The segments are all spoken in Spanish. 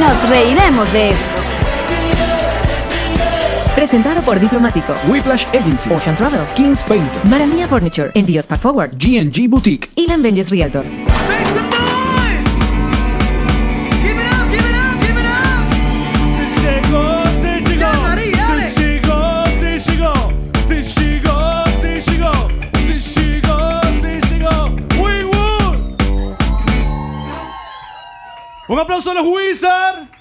Nos reiremos de esto. Presentado por Diplomático, Whiplash Agency, Ocean Travel, Kings Painters, Maravilla Furniture, Envíos Pack Forward, G&G Boutique. y Benjes Realtor. Make some noise! Give it up, give it up, give it up! Se llegó, se llegó, Sí, María, Alex. se llegó, se llegó, se llegó, se llegó, se llegó, se llegó, We Wood. Un aplauso a los Wizards.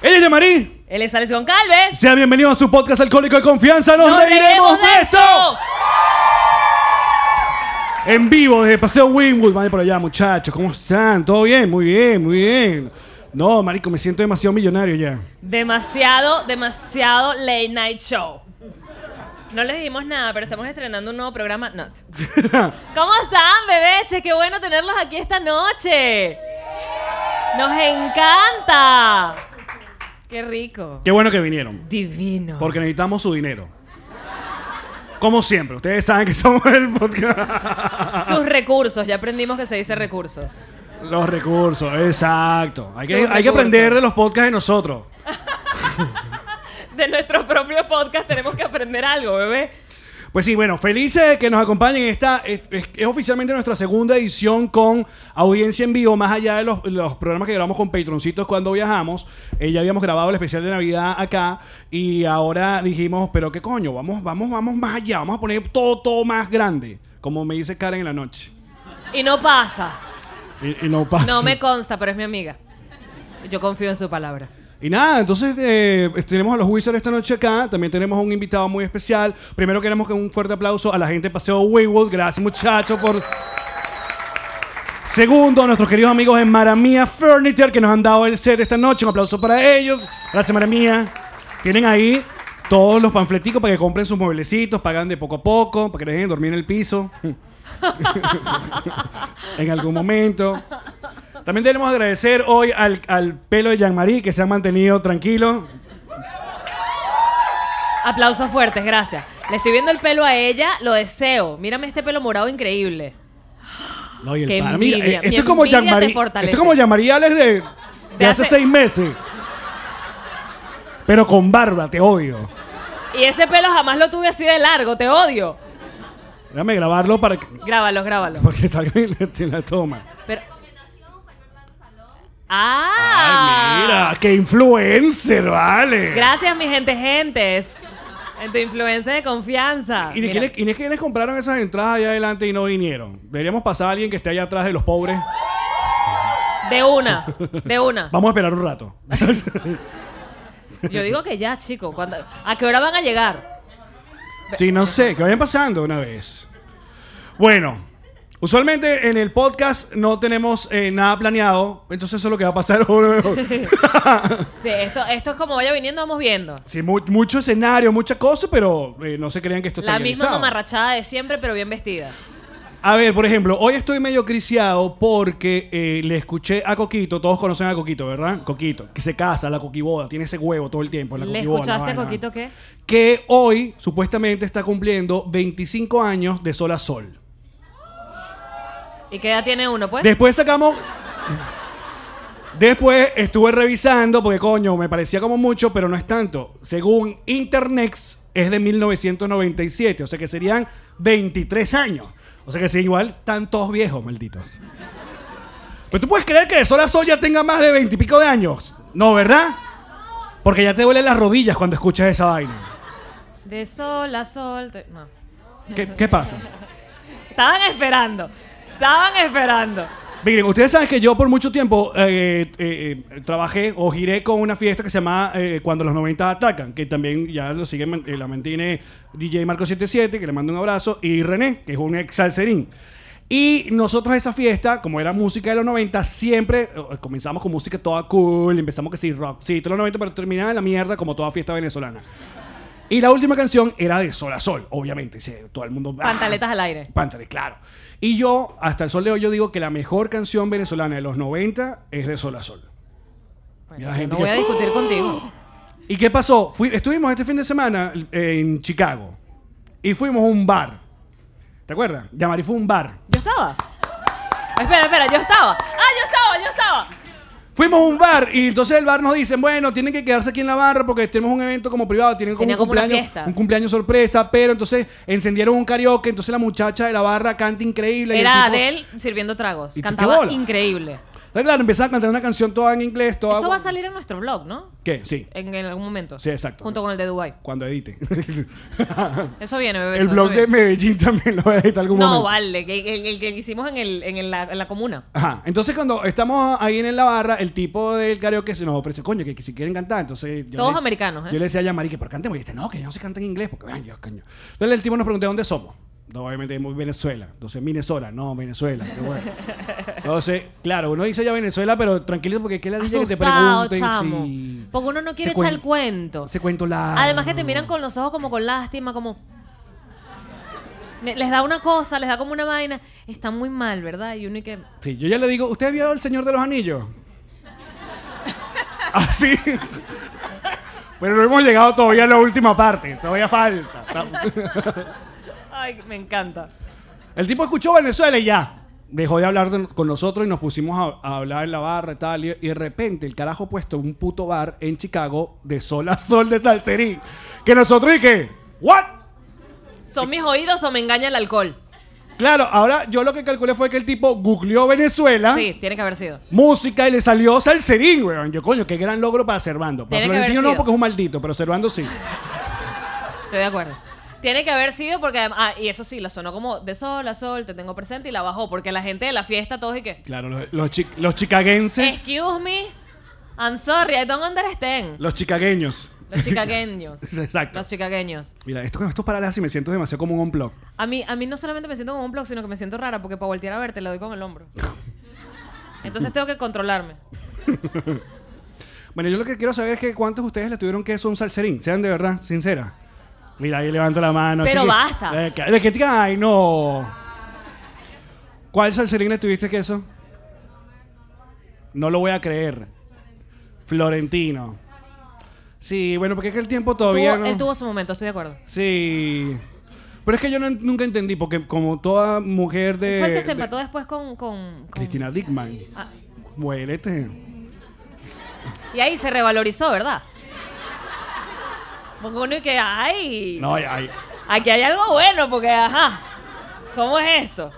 Ella es Yamari. Él es Alex Goncalves. Sean bienvenidos a su podcast alcohólico de confianza. Nos, reiremos de esto. En vivo desde Paseo Winwood. Vaya por allá, muchachos. ¿Cómo están? ¿Todo bien? Muy bien, muy bien. No, marico, me siento demasiado millonario ya. Demasiado, demasiado late night show. No les dijimos nada, pero estamos estrenando un nuevo programa. Not. ¿Cómo están, bebeches? Qué bueno tenerlos aquí esta noche. Nos encanta. Qué rico. Qué bueno que vinieron. Divino. Porque necesitamos su dinero. Como siempre, ustedes saben que somos el podcast. Sus recursos. Ya aprendimos que se dice recursos. Los recursos, exacto. Hay que, Sus hay que recursos. aprender de los podcasts de nosotros. De nuestro propio podcast tenemos que aprender algo, bebé. Pues sí, bueno, felices de que nos acompañen. Esta es, es- es oficialmente nuestra segunda edición con audiencia en vivo, más allá de los, los programas que grabamos con Patroncitos cuando viajamos. Eh, ya habíamos grabado el especial de Navidad acá y ahora dijimos, pero qué coño, vamos, vamos, vamos más allá, vamos a poner todo, todo más grande, como me dice Karen en la noche. Y no pasa. Y, y no pasa. No me consta, pero es mi amiga. Yo confío en su palabra. Y nada, entonces eh, tenemos a los Wizards esta noche acá. También tenemos a un invitado muy especial. Primero queremos que un fuerte aplauso a la gente de Paseo Waywood. Gracias, muchachos, por. Segundo, a nuestros queridos amigos de Maramía Furniture que nos han dado el set esta noche. Un aplauso para ellos. Gracias, Maramía. Tienen ahí todos los panfleticos para que compren sus mueblecitos, pagan de poco a poco, para que les dejen dormir en el piso. en algún momento. También tenemos que agradecer hoy al, al pelo de Jean-Marie que se ha mantenido tranquilo. Aplausos fuertes, gracias. Le estoy viendo el pelo a ella, lo deseo. Mírame este pelo morado increíble. No, y el Qué pana, envidia. mira, eh, Mi esto es como envidia te Jean-Marie. Esto fortalece. es como Jean-Marie Alex de, de De hace hace- seis meses. Pero con barba, te odio. Y ese pelo jamás lo tuve así de largo, te odio. Déjame grabarlo para que, Grábalo, grábalo. para que salga en la- en la toma. Pero... Ah, Ay, mira, qué influencer, vale. Gracias, mi gente, gentes. En tu influencia de confianza. ¿Y de Mira. quiénes, y de quiénes compraron esas entradas allá adelante y no vinieron? Deberíamos pasar a alguien que esté allá atrás de los pobres. De una, de una. Vamos a esperar un rato. Yo digo que ya, chico. cuando- ¿A qué hora van a llegar? Sí, no sé, que vayan pasando una vez. Bueno, usualmente en el podcast no tenemos eh, nada planeado, entonces eso es lo que va a pasar. Sí, esto, esto es como vaya viniendo, vamos viendo. sí, mu- mucho escenario, muchas cosas, pero eh, no se crean que esto está La misma guionizado. mamarrachada de siempre, pero bien vestida. A ver, por ejemplo, hoy estoy medio criciado porque eh, le escuché a Coquito, todos conocen a Coquito, ¿verdad? Coquito, que se casa, la coquiboda, tiene ese huevo todo el tiempo. La ¿Le coquiboda, escuchaste a vaina. Coquito qué? Que hoy supuestamente está cumpliendo 25 años de sol a sol. ¿Y qué edad tiene uno, pues? Después sacamos. Después estuve revisando, porque coño, me parecía como mucho, pero no es tanto. Según Internex, es de 1997, o sea que serían 23 años. O sea que sí, igual, están todos viejos, malditos. Pero tú puedes creer que de sol a sol ya tenga más de 20 y pico de años. No, ¿verdad? Porque ya te duelen las rodillas cuando escuchas esa vaina. De sol a sol. te- No. ¿Qué, qué pasa? Estaban esperando. Estaban esperando. Miren, ustedes saben que yo por mucho tiempo eh, eh, eh, trabajé o giré con una fiesta que se llama eh, Cuando los 90 atacan, que también ya lo sigue man- eh, la mantiene DJ Marco77, que le mando un abrazo, y René, que es un ex salserín. Y nosotros esa fiesta, como era música de los 90, siempre eh, comenzamos con música toda cool, empezamos que sí, rockcito de los 90, pero terminaba en la mierda como toda fiesta venezolana. Y la última canción era de Sol a Sol, obviamente, se- todo el mundo... ah, Pantaletas al aire. Pantales, claro. Y yo, hasta el sol de hoy, yo digo que la mejor canción venezolana de los 90 es de Sol a Sol. Bueno, Y la yo gente no voy que- ¡Oh! a discutir contigo. ¿Y qué pasó? Fui- estuvimos este fin de semana eh, en Chicago y fuimos a un bar. ¿Te acuerdas? Yamari fue a un bar. Yo estaba. Espera, espera, yo estaba. yo estaba, yo estaba. Fuimos a un bar y entonces el bar nos dicen, bueno, tienen que quedarse aquí en la barra porque tenemos un evento como privado, tienen como Tenía un como una cumpleaños, fiesta. un cumpleaños sorpresa, pero entonces encendieron un karaoke, entonces la muchacha de la barra canta increíble. y el tipo- Era Adele sirviendo tragos. ¿Y tú qué Cantaba bola? increíble. Está claro, empezaba a cantar una canción toda en inglés, toda Eso va a salir en nuestro blog, ¿no? ¿Qué? Sí, En, en algún momento. Sí, exacto. Junto con el de Dubai. cuando edite. Eso viene, bebé. el eso- blog eso de viene. Medellín también lo voy a editar algún No, momento. vale. que- que- El que, hicimos en, el, en, el- la, en la comuna. Ajá. Entonces cuando estamos ahí en la barra, el tipo del karaoke se nos ofrece, coño, que, que si quieren cantar, entonces... yo Todos le- americanos, ¿eh? Yo le decía a Mari que pero cantemos. Y este, no, que yo no sé cantar en inglés, porque, ay, Dios, coño. Entonces el tipo nos preguntó, ¿dónde somos? No, obviamente, en Venezuela. Entonces, Venezuela, no, Venezuela. qué bueno. Entonces, claro, uno dice ya Venezuela, pero tranquilo, porque qué la dice que te Asustado, pregunten chamo. si... Porque uno no quiere se cuen- echar el cuento. Se cuento la... Además que te miran con los ojos como con lástima, como... Me- Les da una cosa, les da como una vaina. Está muy mal, ¿verdad? Y uno y que... Sí, yo ya le digo, ¿usted vio El Señor de los Anillos? Así. Pero no hemos llegado todavía a la última parte, todavía falta. Ay, me encanta. El tipo escuchó Venezuela y ya. Dejó de hablar de- con nosotros y nos pusimos a, a hablar en la barra y tal. Y, y de repente el carajo puesto en un puto bar en Chicago de sol a sol de salserín. Que nosotros y que, ¿what? ¿Son mis oídos o me engaña el alcohol? Claro, ahora yo lo que calculé fue que el tipo googleó Venezuela. Sí, tiene que haber sido. música y le salió Salserín, weón. Yo, coño, qué gran logro para Cervando. Para Tiene que Florentino haber no, sido. porque es un maldito, pero Cervando sí. Estoy de acuerdo. Tiene que haber sido porque... adem- Ah, y eso sí, la sonó como de sol a sol, te tengo presente y la bajó. Porque la gente de la fiesta, todos y que... Claro, los, los chi- los chicagenses, Excuse me, I'm sorry, I don't understand. los chicagueños. Los chicagueños. Exacto. Los chicagueños. Mira, esto, esto para así me siento demasiado como un blog. A mí, a mí no solamente me siento como un blog, sino que me siento rara porque para voltear a verte le doy con el hombro. Entonces tengo que controlarme. Bueno, yo lo que quiero saber es que cuántos de ustedes le tuvieron que eso a un salserín, sean de verdad, sincera. Mira, ahí levanto la mano. Pero así que- basta. Eh, que- que digan, ay, no. ¿Cuál salserín le tuviste que eso? No lo voy a creer. Florentino. Sí, bueno, porque es que el tiempo todavía. Tuvo- no- Él tuvo su momento, estoy de acuerdo. Sí. Pero es que yo no en- nunca entendí, porque como toda mujer de. Fue el que se Eh, de- empató después con... con- con- Cristina Dickman. este. Ah, Muérete. y ahí se revalorizó, ¿verdad? Porque uno y que, ay, No, ay, ay. aquí hay algo bueno porque, ajá, ¿cómo es esto?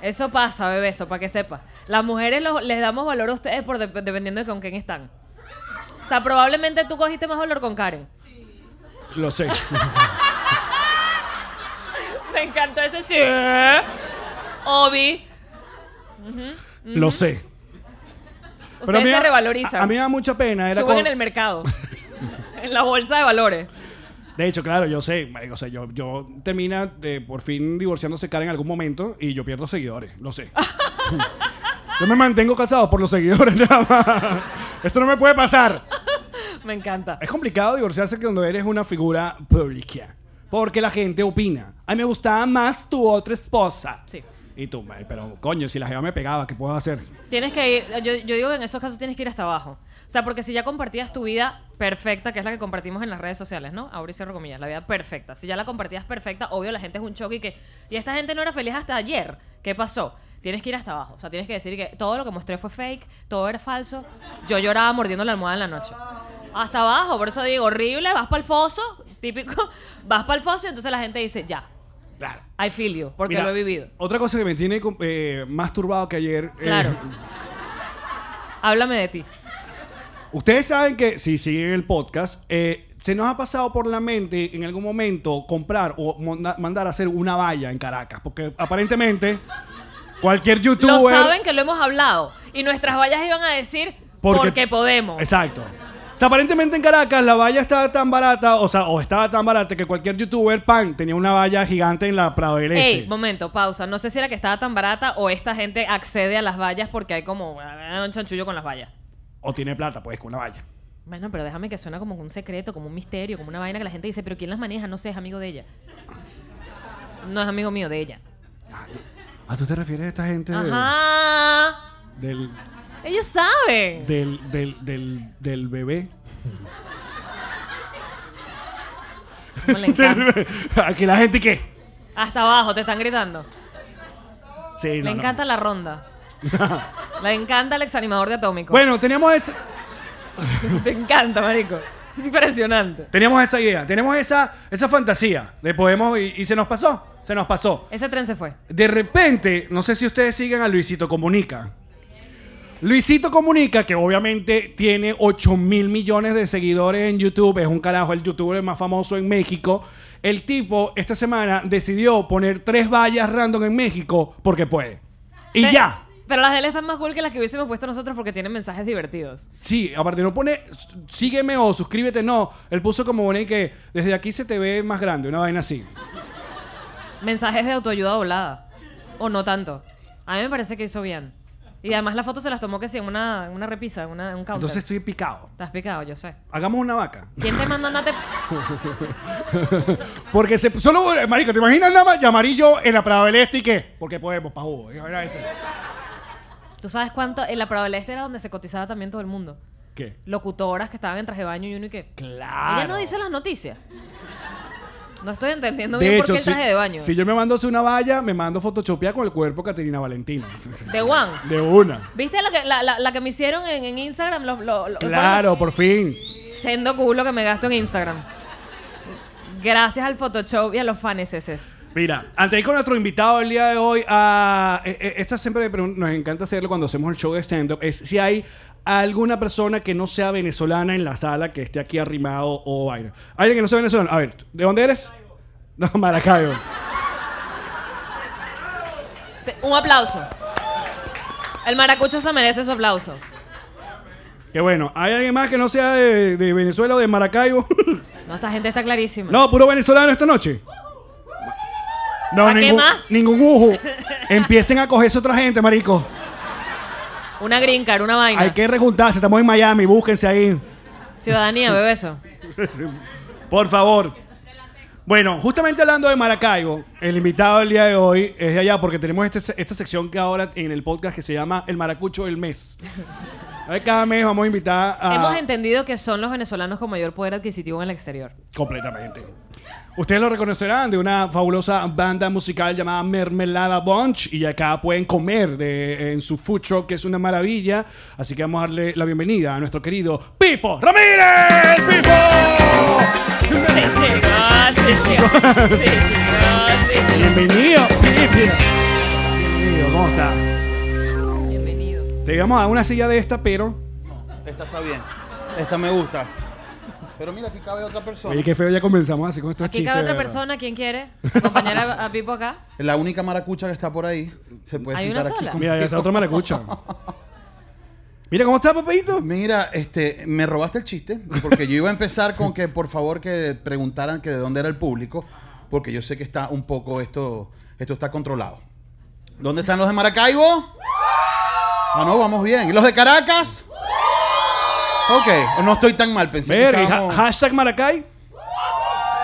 Eso pasa, bebé, eso, para que sepas. Las mujeres los- les damos valor a ustedes por dep- dependiendo de con quién están. O sea, probablemente tú cogiste más valor con Karen. Lo sé. Me encantó ese sí. Obi. lo sé. a Ustedes mí se da- revalorizan. A, a mí me da mucha pena. Era Suben como- en el mercado. en la bolsa de valores. De hecho, claro, yo sé. marico, O sea, yo, yo termina eh, por fin divorciándose Karen en algún momento y yo pierdo seguidores. Lo sé. yo me mantengo casado por los seguidores nada más. Esto no me puede pasar. Me encanta. Es complicado divorciarse cuando eres una figura pública. Porque la gente opina. A mí me gustaba más tu otra esposa. Sí. Y tú, "Ay, pero coño, si la jeva me pegaba, ¿qué puedo hacer? Tienes que ir, yo, yo digo que en esos casos tienes que ir hasta abajo. O sea, porque si ya compartías tu vida perfecta, que es la que compartimos en las redes sociales, ¿no? Ahora y cierro comillas, la vida perfecta. Si ya la compartías perfecta, obvio la gente es un choque y que. Y esta gente no era feliz hasta ayer. ¿Qué pasó? Tienes que ir hasta abajo. O sea, tienes que decir que todo lo que mostré fue fake, todo era falso. Yo lloraba mordiendo la almohada en la noche. Hasta abajo, por eso digo, horrible, vas para el foso, típico, vas para el foso y entonces la gente dice, ya, Claro. I feel you, porque Mira, eh, lo he vivido. Otra cosa que me tiene com- eh, más turbado que ayer. eh, Claro. Háblame de ti. ustedes saben que, si siguen el podcast, eh, se nos ha pasado por la mente en algún momento comprar o manda- mandar a hacer una valla en Caracas. Porque aparentemente cualquier youtuber. lo saben que lo hemos hablado. Y nuestras vallas iban a decir porque, podemos. Exacto. O sea, aparentemente en Caracas la valla estaba tan barata, o sea, o estaba tan barata que cualquier youtuber, pan, tenía una valla gigante en la Prado del Ey, Este. momento, pausa. No sé si era que estaba tan barata o esta gente accede a las vallas porque hay como ah, un chanchullo con las vallas. o tiene plata, pues, con la valla. Bueno, pero déjame que suena como un secreto, como un misterio, como una vaina que la gente dice, pero ¿quién las maneja? No sé, es amigo de ella. No es amigo mío de ella. ¿A tú te refieres a esta gente de- Ajá. del, Ellos saben. del, del, del, del bebé? Como le encanta. Aquí la gente que... Hasta abajo, te están gritando. Sí, Le encanta la ronda. Le encanta el exanimador de atómico. Bueno, teníamos, es- Te encanta, marico. Impresionante. teníamos esa idea, tenemos esa, esa fantasía de podemos y, y se nos pasó, se nos pasó. Ese tren se fue. De repente, no sé si ustedes siguen a Luisito Comunica. Luisito Comunica, que obviamente tiene 8 mil millones de seguidores en YouTube, es un carajo, el youtuber más famoso en México. El tipo esta semana decidió poner tres vallas random en México porque puede. Y Pe- ya. Pero las de él están más cool que las que hubiésemos puesto nosotros porque tienen mensajes divertidos. Sí, aparte no pone s- sígueme o suscríbete, no. Él puso como pone que desde aquí se te ve más grande, una vaina así. Mensajes de autoayuda doblada. O no tanto. A mí me parece que hizo bien. Y además las fotos se las tomó que sí, en una, en una repisa, en, una- en un counter. Entonces estoy picado. Estás picado, yo sé. Hagamos una vaca. ¿Quién te mandó andate? Porque se, solo, marico, ¿te imaginas nada más? Llamar y yo en la Prada del Este y qué? Porque podemos, pa' jugo. Y ahora ese. ¿Tú sabes cuánto? En la Prado del Este era donde se cotizaba también todo el mundo. ¿Qué? Locutoras que estaban en traje de baño y uno y que... Claro. Ella no dice las noticias. No estoy entendiendo de bien hecho, por qué el si, traje de baño. si yo me mando hacer una valla, me mando fotoshopeada con el cuerpo de Caterina Valentina. De Juan. De una. ¿Viste la que, la, la- la que me hicieron en, en Instagram? Los, los- los- Claro, por fin. Sendo culo que me gasto en Instagram. Gracias al Photoshop y a los faneses. Mira, antes de ir con nuestro invitado el día de hoy, a, e- e- esta siempre pregun- nos encanta hacerlo cuando hacemos el show de stand-up, es si hay alguna persona que no sea venezolana en la sala que esté aquí arrimado o vaina. ¿Alguien que no sea venezolano? A ver, ¿de dónde eres? No, Maracaibo. Te- Un aplauso. El maracucho se merece su aplauso. Que bueno, ¿hay alguien más que no sea de, de Venezuela o de Maracaibo? No, esta gente está clarísima. no, puro venezolano esta noche. No, ¿Pa' qué ningún, más? ningún ujo. Empiecen a cogerse otra gente, marico. Una green card, una vaina. Hay que rejuntarse, estamos en Miami, búsquense ahí. Ciudadanía, bebe eso. Por favor. Bueno, justamente hablando de Maracaibo, el invitado del día de hoy es de allá porque tenemos este- esta sección que ahora en el podcast que se llama El Maracucho del Mes. Ahora Cada mes vamos a invitar a... Hemos entendido que son los venezolanos con mayor poder adquisitivo en el exterior. Completamente. Ustedes lo reconocerán de una fabulosa banda musical llamada Mermelada Bunch y acá pueden comer de, en su food truck que es una maravilla. Así que vamos a darle la bienvenida a nuestro querido Pipo Ramírez. ¡Pipo! Bienvenido, Pipo. Bienvenido, ¿cómo está? Bienvenido. Te íbamos a dar una silla de esta, pero... Esta está bien. Esta me gusta. Pero mira, aquí cabe otra Oh. persona. Oye, qué feo, ya comenzamos así con estos Aquí chistes. cabe otra ¿verdad? persona, ¿quién quiere? Acompañar a, a Pipo acá. La única maracucha que está por ahí se puede ¿Hay sentar una aquí sola? conmigo. Mira, ya está otro maracucho. Mira, ¿cómo está, papito? Mira, este, me robaste el chiste, porque yo iba a empezar con que por favor que preguntaran que de dónde era el público, porque yo sé que está un poco esto, esto está controlado. ¿Dónde están los de Maracaibo? Ah, no, vamos bien. ¿Y los de Caracas? Ok, no estoy tan mal, pensé que Ver, y ha- estábamos- hashtag Maracay.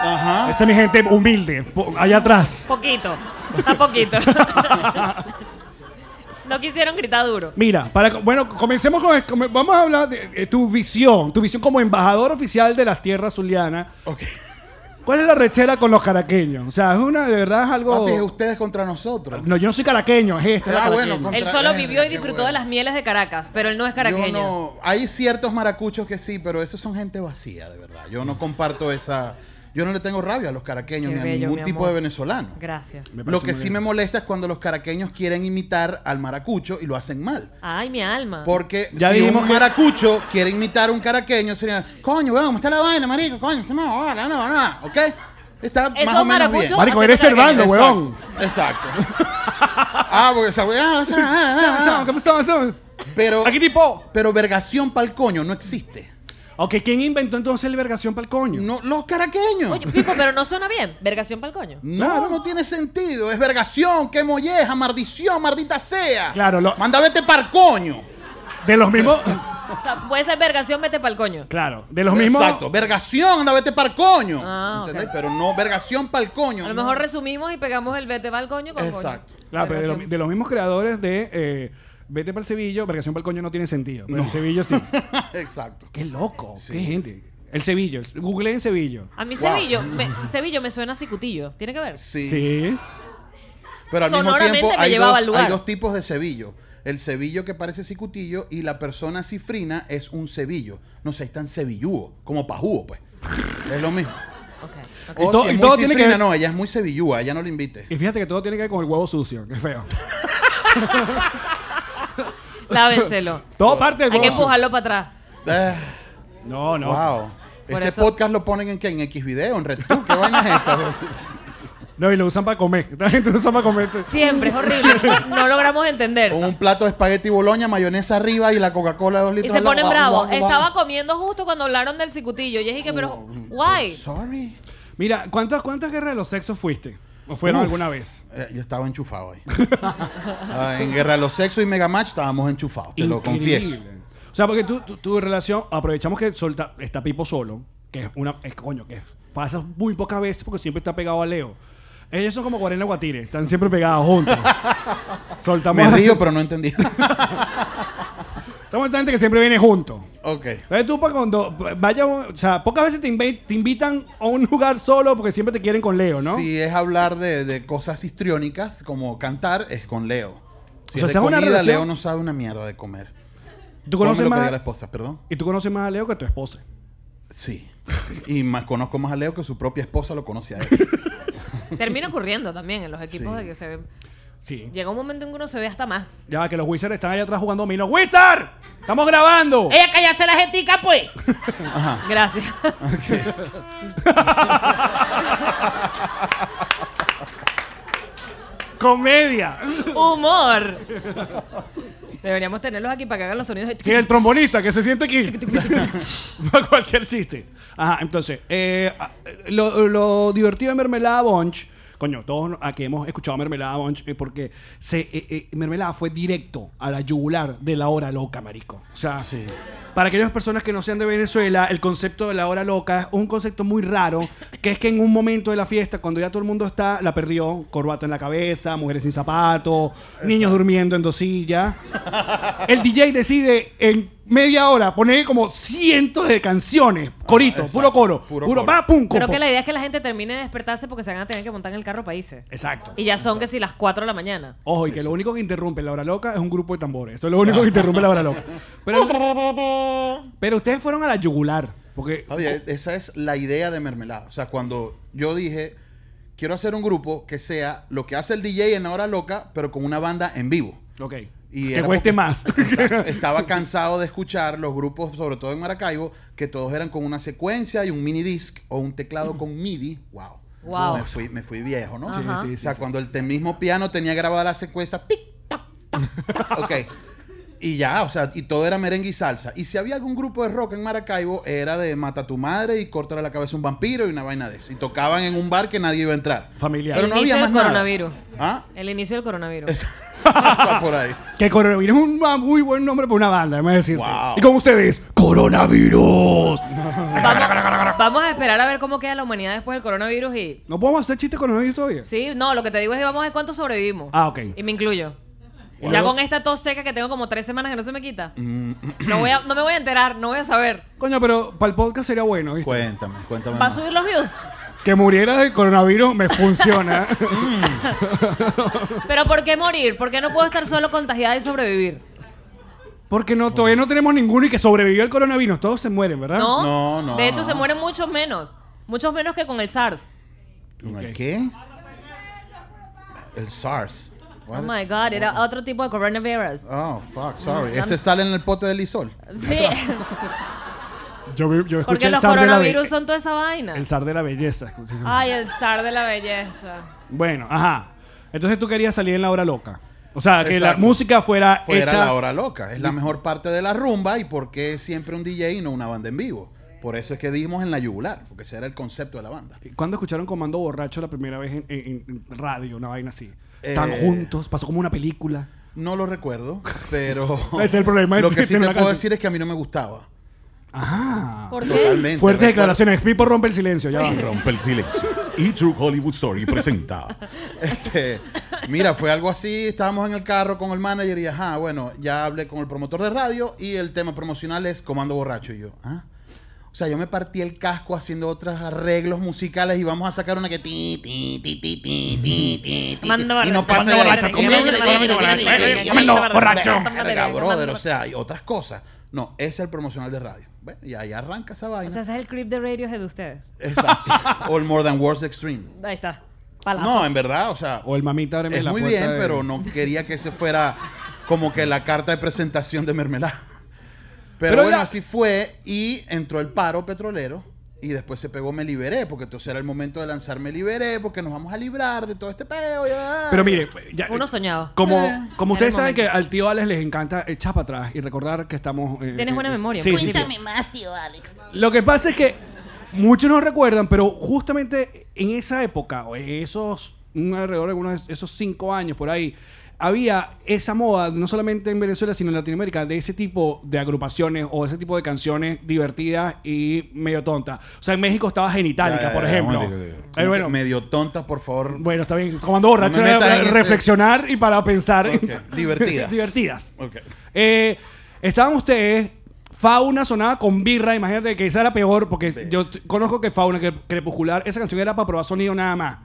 Ajá. Esa es mi gente humilde, po- allá atrás. Poquito, a poquito. no quisieron gritar duro. Mira, para, bueno, comencemos con, come- vamos a hablar de, de tu visión, tu visión como embajador oficial de las tierras zulianas. Ok. ¿Cuál es la rechera con los caraqueños? O sea, es una, de verdad, es algo... Papi, es ustedes contra nosotros. No, yo no soy caraqueño, es esta. Ah, la bueno, caraqueña. con- Él Contra- solo eh, vivió y qué disfrutó bueno. de las mieles de Caracas, pero él no es Yo caraqueño. no, hay ciertos maracuchos que sí, pero esos son gente vacía, de verdad. Yo no comparto esa. Yo no le tengo rabia a los caraqueños Qué ni a bello, ningún mi tipo amor. de venezolano. Gracias. Me parece Lo que muy sí bien. me molesta es cuando los caraqueños quieren imitar al maracucho y lo hacen mal. Ay, mi alma. Porque Ya si dijimos un que- maracucho quiere imitar a un caraqueño, sería, coño, weón, ¿cómo está la vaina, marico? Coño, se me va, no, no, no, ¿ok? Está más o menos bien. maracuchos Marico, haciendo eres Servando, caraqueño. weón. Exacto. ah, porque esa ah, ah, ah, ¿Qué pasó? ¿Qué pasó? Pero, ¿A qué tipo? pero vergación pa'l coño no existe. Ok, ¿quién inventó entonces la vergación para el coño? No, los caraqueños. Oye, Pipo, pero no suena bien. Vergación pa'l coño. no, no tiene sentido. Es vergación, qué molleja, maldición, maldita sea. Claro, lo- Manda vete pa'l coño. De los mismos... O sea, puede ser vergación, vete pa'l coño. claro, de los mismos... Exacto. Vergación, anda vete pa'l coño. Ah, ¿Entendés? ok. Pero no, vergación pa'l coño. A lo no. mejor resumimos y pegamos el vete pa'l coño con Exacto. coño. Claro, pero de, los- Vergación. de los mismos creadores de eh, Vete para el Sevillo, Vergación para el coño no tiene sentido. Pero el Sevillo sí. Exacto. Qué loco, Sí. qué gente. El Sevillo, googleé en Sevillo. A mí Wow. Sevillo, me, Sevillo me suena a cicutillo. ¿Tiene que ver? Sí. Sí. Pero al mismo Sonoramente tiempo me hay llevaba dos, al lugar. hay dos tipos de cebillo. El cebillo que parece cicutillo y la persona cifrina es un cebillo. No sé, es tan cebillúo, como pajúo, pues. Es lo mismo. Ok, ok. O Y to- si Oh, es y muy todo tiene que cifrina, ver- No, ella es muy cebillúa, ella no la invite. Y fíjate que todo tiene que ver con el huevo sucio, que feo. Lávenselo. Todo parte del Hay huevo que sucio. empujarlo para atrás. Ah, No, no. Wow. Por este eso- podcast lo ponen en qué? En X video, en Red Tube? ¿Qué vaina es esta? No, y lo usan para comer. La gente lo usa para comer. Siempre es horrible. No logramos entender. Con un plato de espagueti boloña, mayonesa arriba y la Coca-Cola de dos Y litros. se al lado. ponen Guau, bravos. guau, guau. Estaba comiendo justo cuando hablaron del cicutillo. Y dije que, Oh, pero, guay. Sorry. Mira, ¿cuántas, ¿cuántas guerras de los sexos fuiste? ¿O fueron Uf. alguna vez? Eh, yo estaba enchufado ahí. Ah, en Guerra de los Sexos y Mega Match estábamos enchufados, te lo Increíble. confieso. O sea, porque tu, tu, tu relación, aprovechamos que solta, está Pipo solo, que es una, es coño, que es- pasa muy pocas veces porque siempre está pegado a Leo. Ellos son como Guarena Guatire, están siempre pegados juntos. Soltamos. Me río, pero no entendí. Somos esa gente que siempre viene juntos. ok. Entonces tú pa' cuando vaya, o sea, pocas veces te, inve- te invitan a un lugar solo porque siempre te quieren con Leo, ¿no? Si es hablar de, de cosas histriónicas, como cantar, es con Leo. Si O sea, es esa de es una comida, relación- Leo no sabe una mierda de comer. Tú ¿Cómo me conoces lo pedí a más la esposa, perdón? y tú conoces más a Leo que a tu esposa. Sí. Y más conozco más a Leo que su propia esposa lo conoce a él. Termina ocurriendo también en los equipos Sí. de que se ven. Sí. Llega un momento en que uno se ve hasta más. Ya que los Wizards están allá atrás jugando dominó. ¡Wizard! ¡Estamos grabando! Eh. Ella cállase la jetica, pues. Gracias. ¡Comedia! Humor. Deberíamos tenerlos aquí para que hagan los sonidos de Sí, el trombonista que se siente aquí. Para cualquier chiste. Ajá, entonces, eh, a- lo, lo divertido de Mermelada Bunch, coño, todos aquí hemos escuchado Mermelada Bunch eh, porque se, eh, eh, Mermelada fue directo a la yugular de la hora loca, marico. O sea, para aquellas personas que no sean de Venezuela, el concepto de la hora loca es un concepto muy raro, que es que en un momento de la fiesta, cuando ya todo el mundo está, la perdió, corbata en la cabeza, mujeres sin zapatos, niños durmiendo en dos sillas. El DJ decide en media hora poner como cientos de canciones, corito, Ah, exacto, puro coro, puro, puro coro. pa, pum, Creo copo. que la idea es que la gente termine de despertarse porque se van a tener que montar en el carro países. Exacto. Y ya son que si las 4 de la mañana. Ojo, y que lo único que interrumpe la hora loca es un grupo de tambores. Eso es lo único que interrumpe la hora loca. Pero, pero ustedes fueron a la yugular. Porque Javier, esa es la idea de Mermelada. O sea, cuando yo dije, quiero hacer un grupo que sea lo que hace el DJ en la hora loca, pero con una banda en vivo. Ok. Y que era cueste porque- más. Exacto. Estaba cansado de escuchar los grupos, sobre todo en Maracaibo, que todos eran con una secuencia y un mini disc o un teclado con MIDI. Wow. Wow. Me fui, me fui viejo, ¿no? Sí, Ajá. sí, o sea, cuando el te- mismo piano tenía grabada la secuencia. tic, tac, tac, tac. ok. Y ya, o sea, y todo era merengue y salsa. Y si había algún grupo de rock en Maracaibo, era de mata a tu madre y cortale la cabeza a un vampiro y una vaina de eso. Y tocaban en un bar que nadie iba a entrar. Familiar. Pero no Inicio del había más nada. coronavirus. ¿Ah? El inicio del coronavirus. Está por ahí. que coronavirus es un ma- muy buen nombre para una banda, déjame decirte. Wow. Y con ustedes, coronavirus. Vamos, vamos a esperar a ver cómo queda la humanidad después del coronavirus y... ¿No podemos hacer chistes coronavirus todavía? Sí, no, lo que te digo es que vamos a ver cuánto sobrevivimos. Ah, ok. Y me incluyo. Wow. Mm. Ya con esta tos seca que tengo como tres semanas que no se me quita. No, voy a- no me voy a enterar, no voy a saber. Coño, pero para el podcast sería bueno, ¿viste? Cuéntame, cuéntame. ¿Va a más. subir los views? Que murieras de coronavirus me funciona. Pero ¿por qué morir? ¿Por qué no puedo estar solo contagiada y sobrevivir? Porque no, todavía no tenemos ninguno y que sobrevivió al coronavirus. Todos se mueren, ¿verdad? No, No, no, De hecho, no. se mueren muchos menos. Muchos menos que con el SARS. ¿Con el qué? El SARS. Oh What my Mm, is- God, era otro tipo de coronavirus. Oh, fuck, sorry. Ese sale en el pote del Isol. Sí, Yo, vi- yo escuché porque el los zar de la be- coronavirus son Ah. toda esa vaina. El zar de la belleza. escuché. Ay, el SARS de la belleza. Bueno, ajá. Entonces tú querías salir en la hora loca. O sea, que la Exacto. música fuera, Fuera hecha... la hora loca. Es la mejor parte de la rumba y por qué siempre un DJ y no una banda en vivo. Por eso es que dimos en la yugular, porque ese era el concepto de la banda. ¿Cuándo escucharon Comando Borracho la primera vez en, en- en radio? Una vaina así. Eh. Están juntos, pasó como una película. No lo recuerdo, pero. Ese es el problema de Lo que sí tener te una puedo canción. decir es que a mí no me gustaba. Ajá. ¿Por qué? Totalmente. Fuertes Recuerdo- declaraciones. Pipo rompe el silencio. Ya va. Rompe el silencio. Y True Hollywood Story presenta. Este, mira, fue algo así, estábamos en el carro con el manager y ajá, bueno, ya hablé con el promotor de radio y el tema promocional es Comando Borracho y yo, ah, O sea, yo me partí el casco haciendo otros arreglos musicales y vamos a sacar una que ti ti ti ti ti ti ti ti Mando y no barra- pasa mando de- barra- Coño, mando coño, barra- coño, mando barra- coño, mando coño, barra- borracho. mando barra- Verga, mando brother, barra- o sea, y otras cosas. No, ese es el promocional de radio. Bueno, y ahí arranca esa O sea, vaina. ese es el creep de Radiohead de ustedes. Exacto. All more than words extreme. Ahí está. Palazo. No, en verdad, o sea, O el mamita ábreme es la muy puerta bien, de- pero no quería que ese fuera como que la carta de presentación de mermelada. Pero, Pero bueno, ya- así fue y entró el paro petrolero y después se pegó Me Liberé, porque entonces era el momento de lanzar Me Liberé, porque nos vamos a librar de todo este peo. ya. Pero mire, ya- Uno soñaba. Como, como ustedes Era el saben que al tío Alex les encanta echar para atrás y recordar que estamos. eh, Tienes eh, buena eh, memoria, sí, en sí, sí. principio. más, tío Alex. Lo que pasa es que muchos no recuerdan, pero justamente en esa época, o esos un alrededor de algunos de esos cinco años por ahí, había esa moda, no solamente en Venezuela, sino en Latinoamérica, de ese tipo de agrupaciones o ese tipo de canciones divertidas y medio tontas. O sea, en México estaba Genitalica, Ya, ya, por ya, ejemplo. un momentico, ya. Eh, bueno, Medio tonta, por favor. bueno, está bien. Comando borracho No me era metas en ese- reflexionar y para pensar. en- Ok, Divertidas. divertidas. Ok. Eh, estaban ustedes, Fauna sonaba con birra, imagínate que esa era peor, porque yo t- conozco que Fauna, que Crepuscular, esa canción era para probar sonido nada más.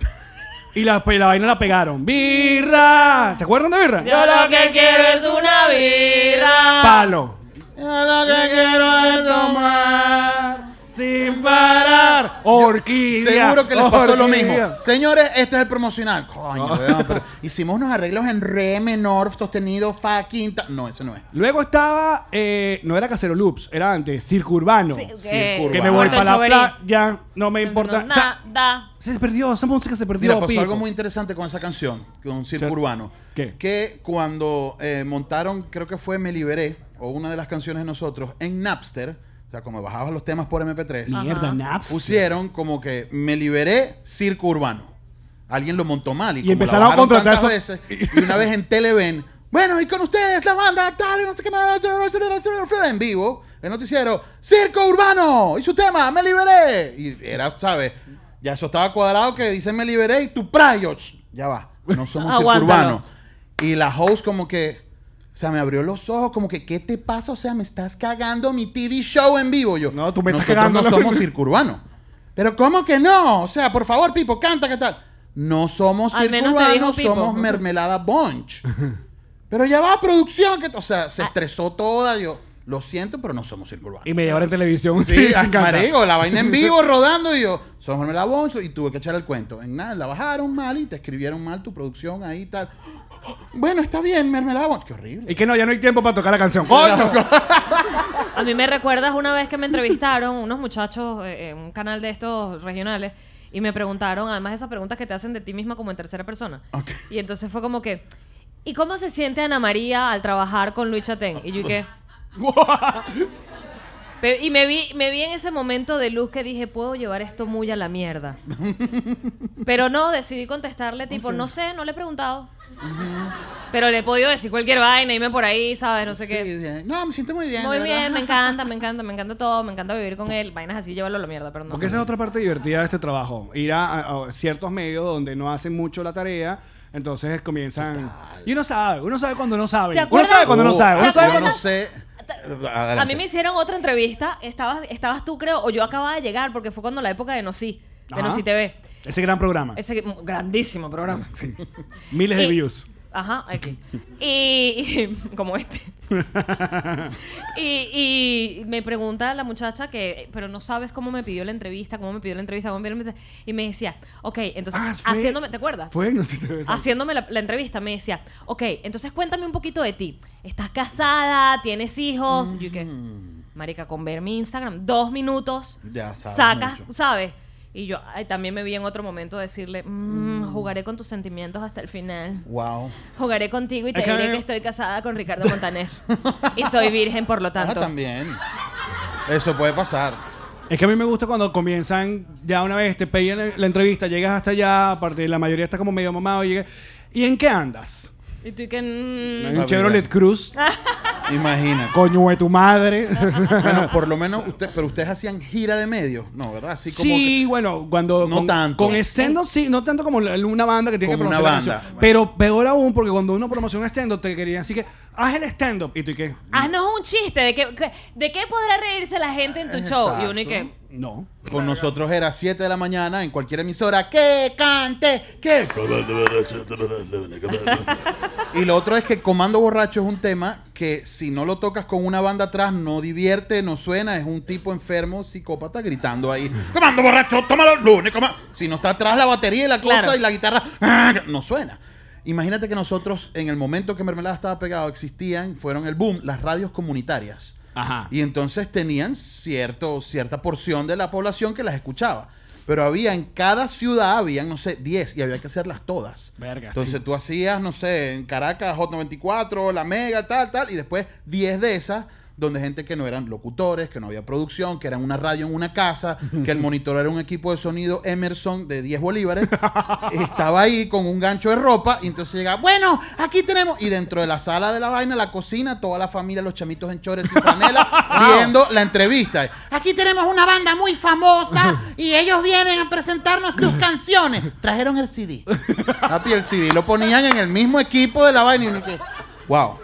Y la, pe- la vaina la pegaron. ¡Birra! ¿Se acuerdan de birra? Yo lo que quiero es una birra. Palo. Ya lo que quiero es tomar. Sin parar. Orquídea. Seguro que les pasó lo mismo. orquídea. Señores, este es el promocional. Coño, weón, pero hicimos unos arreglos en re menor, sostenido, fa, quinta. No, eso no es. Luego estaba, eh, no era Casero Loops, era antes, Circo Urbano. Sí, ok. Circo Que me Urbano. voy Mucho para la choverí. playa, no me importa. No, O sea, nada. se perdió, esa música se perdió. Mira, pasó pico. algo muy interesante con esa canción, con Circo Sí. Urbano. ¿Qué? Que cuando eh, montaron, creo que fue Me Liberé, o una de las canciones de nosotros, en Napster, o sea, como bajabas los temas por MP3, Mierda, Naps. pusieron como que Me Liberé Circo Urbano. Alguien lo montó mal. Y, como la empezaron a bajaron contratar tantas eso- veces, Y una vez en Televen, bueno, y con ustedes la banda, tal, y no sé qué más, en vivo, el noticiero, Circo Urbano, y su tema, Me Liberé. Y era, ¿sabes? Ya eso estaba cuadrado que dicen Me Liberé y tu prayo. Ya va, no somos Circo Aguántalo. Urbano. Y la host como que, o sea, me abrió los ojos, como que, ¿qué te pasa? O sea, me estás cagando mi TV show en vivo. Yo, No, tú me estás nosotros cagando no la- somos circo urbano. Pero ¿cómo que no? O sea, por favor, Pipo, canta, ¿qué tal? No somos Al circo menos te urbano, dijo Pipo. somos mermelada bunch. Pero ya va producción, que, o sea, Ah. se estresó toda. Yo, lo siento, pero no somos circo urbano. Y media hora en televisión. Sí, ah, sin cantar. marico, la vaina en vivo rodando y yo, somos mermelada bunch y tuve que echar el cuento. En nada, la bajaron mal y te escribieron mal tu producción ahí y tal. Bueno, está bien, mermelada bunch. Qué horrible. Y que no, ya no hay tiempo para tocar la canción. ¡Coño! A mí me recuerdas una vez que me entrevistaron unos muchachos eh, en un canal de estos regionales y me preguntaron, además esas preguntas que te hacen de ti misma como en tercera persona. Ok. Y entonces fue como que, ¿y cómo se siente Ana María al trabajar con Luis Chatén? Y yo y qué. Pe- Y me vi, me vi en ese momento de luz que dije, puedo llevar esto muy a la mierda. Pero no, decidí contestarle tipo, no sé, no le he preguntado. Pero le he podido decir cualquier vaina, irme por ahí, ¿sabes? No sé Sí, qué. bien. No, me siento muy bien. Muy de verdad. bien, me encanta, me encanta, me encanta todo, me encanta vivir con él. Vainas así, llévalo a la mierda, pero no. Porque esa es otra parte divertida de este trabajo. Ir a, a- a ciertos medios donde no hacen mucho la tarea, entonces comienzan. Y uno sabe, uno sabe cuando no ¿Te sabe. Uno acuerdas? sabe cuando no sabe. yo Uno sabe no cuando. sé. Adelante. A mí me hicieron otra entrevista, estabas, estabas tú creo, o yo acababa de llegar, porque fue cuando la época de Nosí, de Ajá. Nosí TV. Ese gran programa. Ese mm, grandísimo programa. Miles de Y- views. Ajá, aquí. Y, y- como este. y, y me pregunta la muchacha que, pero no sabes cómo me pidió la entrevista, cómo me pidió la entrevista, cómo me pidió la entrevista. Y me decía, ok, entonces, Ah, fue- haciéndome, ¿te acuerdas? Fue, no sé si te ves. haciéndome la, la entrevista, me decía, ok, entonces cuéntame un poquito de ti. ¿Estás casada? ¿Tienes hijos? Y Yo qué, marica, con ver mi Instagram, dos minutos, Mm. Ya sabes sacas, mucho. ¿sabes? Y yo ay, también me vi en otro momento decirle, "Mm, jugaré con tus sentimientos hasta el final. Wow. Jugaré contigo y te Es que- diré que estoy casada con Ricardo Montaner. y soy virgen, por lo Ah, tanto. también. Eso puede pasar. Es que a mí me gusta cuando comienzan, ya una vez te pedían la, la entrevista, llegas hasta allá, aparte la mayoría está como medio mamado. Y, llega- ¿Y en qué andas? Y tú y que... "Mm". En Chevrolet Cruz. Imagínate. Coño de tu madre. bueno, por lo menos usted, pero ustedes hacían gira de medios, ¿no? ¿Verdad? Así como sí, que- bueno, cuando No con, tanto. con stand sí, no tanto como la- una banda que tiene Como que una promocionar la banda, canción. bueno. Pero peor aún, porque cuando uno promociona stand te querían así que, haz el stand-up. ¿Y tú y qué? Haznos un chiste de qué, qué- de qué podrá reírse la gente en tu show. Y uno y que. Exacto. No. Con nosotros era 7 de la mañana en cualquier emisora. ¡Que cante! ¡Que! Y lo otro es que Comando Borracho es un tema que si no lo tocas con una banda atrás no divierte, no suena. Es un tipo enfermo, psicópata, gritando ahí. ¡Comando Borracho! ¡Toma los lunes! coma-". Si no está atrás la batería y la cosa Claro. y la guitarra, ¡ah! no suena. Imagínate que nosotros, en el momento que Mermelada estaba pegado, existían, fueron el boom, las radios comunitarias. Ajá. Y entonces tenían cierto, cierta porción de la población que las escuchaba. Pero había en cada ciudad, habían, no sé, 10 y había que hacerlas todas. Verga, Entonces sí. tú hacías, no sé, en Caracas, Hot 94, La Mega, tal, tal, y después 10 de esas, donde gente que no eran locutores, que no había producción, que eran una radio en una casa, que el monitor era un equipo de sonido Emerson de 10 bolívares, estaba ahí con un gancho de ropa, y entonces llegaba, bueno, aquí tenemos, y dentro de la sala de la vaina, la cocina, toda la familia, los chamitos en chores y franela, viendo la entrevista. Aquí tenemos una banda muy famosa, y ellos vienen a presentarnos sus canciones. Trajeron el CD. Papi, el CD lo ponían en el mismo equipo de la vaina. Y uno que, wow.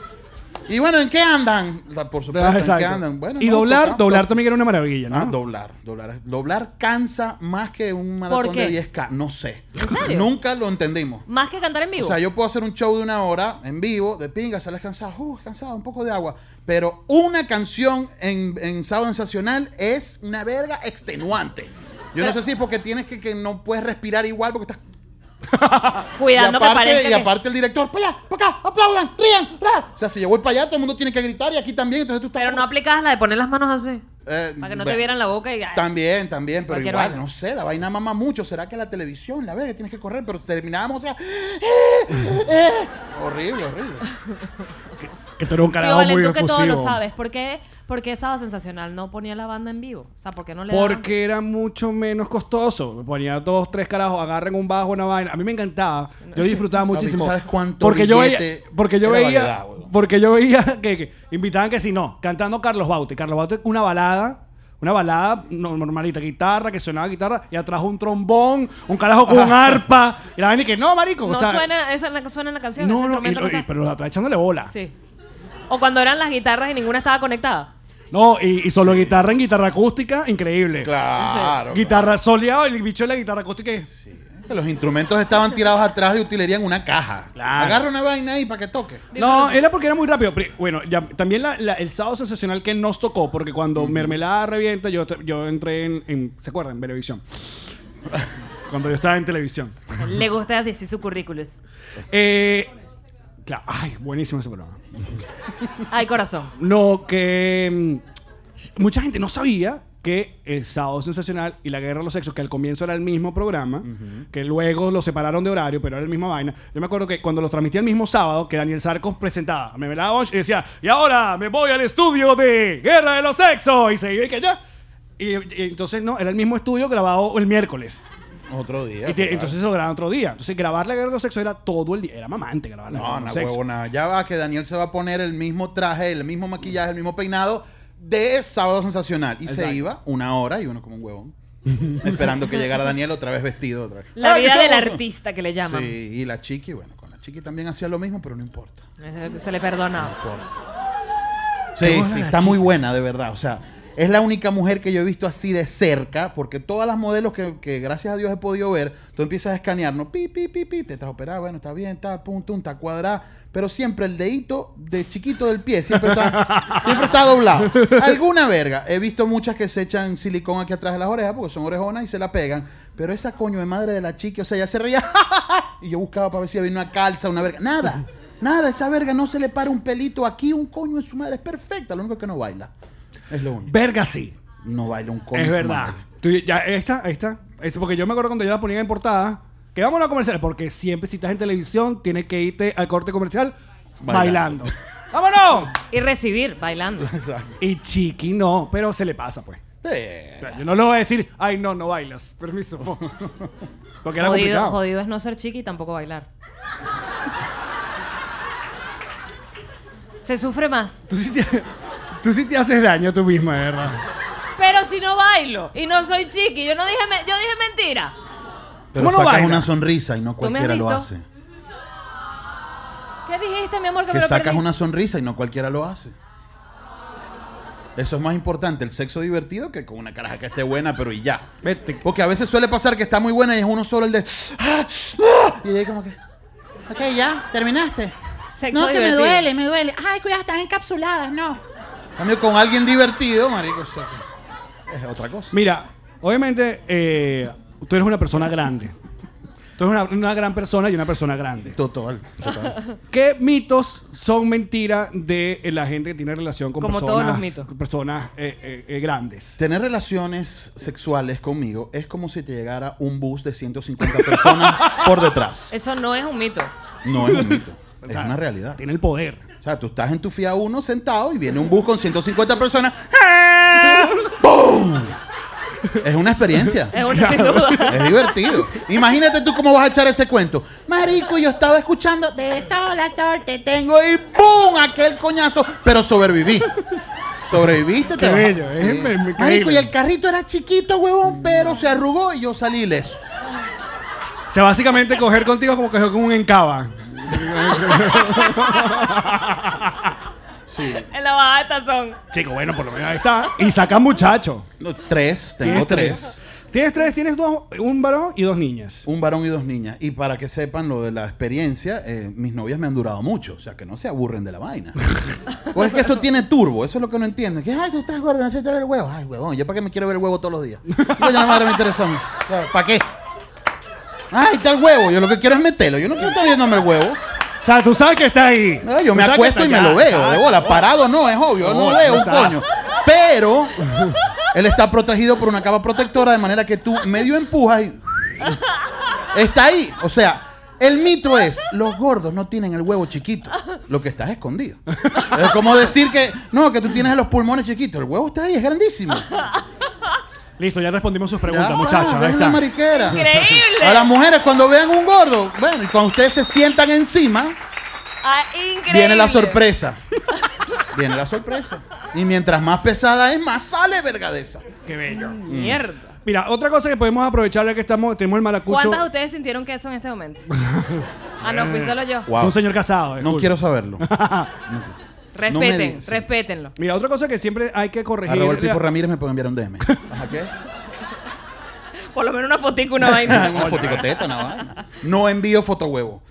Y bueno, ¿en qué andan? La- Por supuesto, Ah, ¿en qué exacto. andan? Bueno, y no, doblar, tocamos- doblar to- también era una maravilla, ¿no? Ah, doblar, doblar. Doblar cansa más que un maratón qué? de 10K. No sé. ¿En serio? Nunca lo entendimos. Más que cantar en vivo. O sea, yo puedo hacer un show de una hora en vivo, de pinga, sales cansado, uh, cansado, un poco de agua. Pero una canción en, en sábado sensacional es una verga extenuante. Yo no sé si es porque tienes que, que no puedes respirar igual porque estás Cuidando y que parezca. aparte, y que- aparte el director, para allá, para acá, aplaudan, rían, ra". O sea, si yo voy para allá, todo el mundo tiene que gritar y aquí también, entonces tú estás... Pero no aplicabas la de poner las manos así. Eh, Para que no te bueno, vieran la boca y. ay, También, también, pero Cualquier igual, vaina. no sé, la vaina mama mucho. ¿Será que la televisión, la verga, tienes que correr? Pero terminábamos, o sea... eh, horrible, horrible. Que tú eres un Tío carajo Valen, muy tú que todo lo efusivo. sabes. ¿Por qué, por qué Sábado Sensacional no ponía la banda en vivo? O sea, ¿por qué no le daban- Porque era mucho menos costoso. Me ponía dos, tres carajos, agarren un bajo, una vaina. A mí me encantaba. Yo disfrutaba Papi, muchísimo. ¿sabes cuánto porque yo veía, billete porque yo era veía, variedad, weón? porque yo veía que, que invitaban que si no, cantando Carlos Baute. Carlos Baute una balada. Una balada no- normalita, guitarra, que sonaba guitarra, y atrás un trombón, un carajo con un arpa. Y la vaina y que no, marico. No o sea, suena, esa es la, suena en la canción. No, ese no, y instrumento lo- y- está. pero atrás echándole bola. Sí. O cuando eran las guitarras y ninguna estaba conectada. No, y, y solo guitarra en guitarra acústica, increíble. Claro. Guitarra soleado, el bicho de la guitarra acústica es. Que Los instrumentos estaban tirados atrás de utilería en una caja. Claro. Agarra una vaina ahí para que toque. No, era porque era muy rápido. Pri- Bueno, ya- también la- la- el sábado sensacional que nos tocó, porque cuando Mermelada revienta, yo, te- yo entré en, en- ¿Se acuerdan? En televisión. cuando yo estaba en televisión. Le gusta decir su currículum. Eh, claro, ay, buenísimo ese programa. Ay, corazón. No, que mm, mucha gente no sabía que el Sábado Sensacional y La Guerra de los Sexos, que al comienzo era el mismo programa, que luego lo separaron de horario, pero era la misma vaina. Yo me acuerdo que cuando los transmitía el mismo sábado, que Daniel Sarcos presentaba, me velaba y decía, y ahora me voy al estudio de Guerra de los Sexos, y se iba y que ya. Y, y entonces no, era el mismo estudio grabado el miércoles. Otro día. Y te- entonces lo grababan otro día. Entonces grabar la guerra de los sexos era todo el día. Era mamante grabar la guerra No, de no, los sexos. huevona. Ya va que Daniel se va a poner el mismo traje, el mismo maquillaje, el mismo peinado de Sábado Sensacional. Y Exacto. se iba una hora y uno como un huevón. esperando que llegara Daniel otra vez vestido. Otra vez. La Ah, vida ¿qué del estamos? artista que le llaman. Sí, y la chiqui, bueno, con la chiqui también hacía lo mismo, pero no importa. Eh, Se le perdonaba. Sí, sí, está muy buena, de verdad. O sea, es la única mujer que yo he visto así de cerca, porque todas las modelos que, que gracias a Dios he podido ver, tú empiezas a escanear, ¿no? Pi, pi, pi, pi, te estás operada, bueno, está bien, está, pum, tum, está cuadrada, pero siempre el dedito de chiquito del pie siempre está, siempre está doblado. Alguna verga. He visto muchas que se echan silicón aquí atrás de las orejas, porque son orejonas y se la pegan, pero esa coño de madre de la chica, o sea, ya se reía, y yo buscaba para ver si había una calza, una verga, nada. Nada, esa verga no se le para un pelito aquí, un coño en su madre. Es perfecta, lo único que no baila. Es lo único. Verga sí. No baila un coño. Es en su verdad. madre. Tú- ya, esta, esta. Es porque yo me acuerdo cuando yo la ponía en portada. Que vámonos a comerciales. Porque siempre si estás en televisión, tienes que irte al corte comercial bailando. Bailando. ¡Vámonos! Y recibir bailando. Y Chiqui no, pero se le pasa, pues. O Sí. sea, Yo no le voy a decir, ay, no, no bailas. Permiso. Porque era Jodido, complicado. jodido es no ser chiqui y tampoco bailar. Se sufre más. Tú, sí te, tú sí te haces daño tú misma, de verdad. Pero si no bailo y no soy chiqui, yo no dije, me- yo dije mentira. Pero ¿Cómo no sacas baila? una sonrisa y no me has cualquiera lo visto? hace. ¿Qué dijiste, mi amor? Que, que me lo sacas perdí? una sonrisa y no cualquiera lo hace. Eso es más importante, el sexo divertido que con una caraja que esté buena, pero y ya. Vete. Porque a veces suele pasar que está muy buena y es uno solo el de. "Ah, ah", y ella como que. Ok, ya, terminaste. Sexo no, que me divertido. duele, me duele. Ay, cuidado, están encapsuladas, no. En cambio, con alguien divertido, marico, o sea, que es otra cosa. Mira, obviamente eh, tú eres una persona grande. Tú eres una, una gran persona y una persona grande. Total, total. ¿Qué mitos son mentira de eh, la gente que tiene relación con Como personas, todos los mitos. con personas eh, eh, eh, grandes? Tener relaciones sexuales conmigo es como si te llegara un bus de 150 personas por detrás. Eso no es un mito. No es un mito, O es sea, una realidad. Tiene el poder. O sea, tú estás en tu FIA 1 sentado y viene un bus con 150 personas. ¡Boom! Es una experiencia. Es una sin duda. Es divertido. Imagínate tú cómo vas a echar ese cuento. Marico, yo estaba escuchando de sola sol te tengo. Tengo y ¡pum! Aquel coñazo. Pero sobreviví. Sobreviviste, te Qué vas- bello, es me- Sí. me- Marico, increíble. y el carrito era chiquito, huevón, pero se arrugó y yo salí ileso. O sea, básicamente coger contigo es como coger con un encaba. Sí. En la bajada de tazón. Chico, bueno, por lo menos ahí está. Y saca muchacho. No, tres, tengo Tienes tres. Tienes tres, tienes dos, un varón y dos niñas. Un varón y dos niñas. Y para que sepan lo de la experiencia, eh, mis novias me han durado mucho. O sea, que no se aburren de la vaina. o es que eso tiene turbo. Eso es lo que no entienden. Que, ay, tú estás gordo, no se te ve el huevo. Ay, huevón, ¿ya para qué me quiero ver el huevo todos los días? Coño, la madre me interesa a mí. ¿Para qué? Ay, está el huevo. Yo lo que quiero es meterlo. Yo no quiero estar viéndome el huevo. O sea, tú sabes que está ahí. No, Ah, Eh, yo Tú me sabes que acuesto está y me allá. lo veo. Exacto. De bola, parado no, es obvio. No, No, veo un está. coño. Pero él está protegido por una capa protectora de manera que tú medio empujas y. Está ahí. O sea, el mito es: los gordos no tienen el huevo chiquito. Lo que está es escondido. Es como decir que. No, que tú tienes los pulmones chiquitos. El huevo está ahí, es grandísimo. Listo, ya respondimos sus preguntas, Ya, muchachos. dejen Ahí la está. mariquera. Increíble. A las mujeres, cuando vean un gordo, bueno, y cuando ustedes se sientan encima. Ah, increíble. Viene la sorpresa. Viene la sorpresa. Y mientras más pesada es, más sale verga de esa. Qué bello. Mierda. Mira, otra cosa que podemos aprovechar ya que estamos, tenemos el maracucho. ¿Cuántas de ustedes sintieron queso en este momento? ah, no, fui solo yo. Wow. Un señor casado. No disculpa. quiero saberlo. Pues Respeten, No me digas. respétenlo. Mira, otra cosa que siempre hay que corregir. Arroba el Pipo Ramírez me puede enviar un DM. Ajá, ¿qué? Por lo menos una fotico, una vaina. Una foticoteta, una vaina. No envío fotohuevo.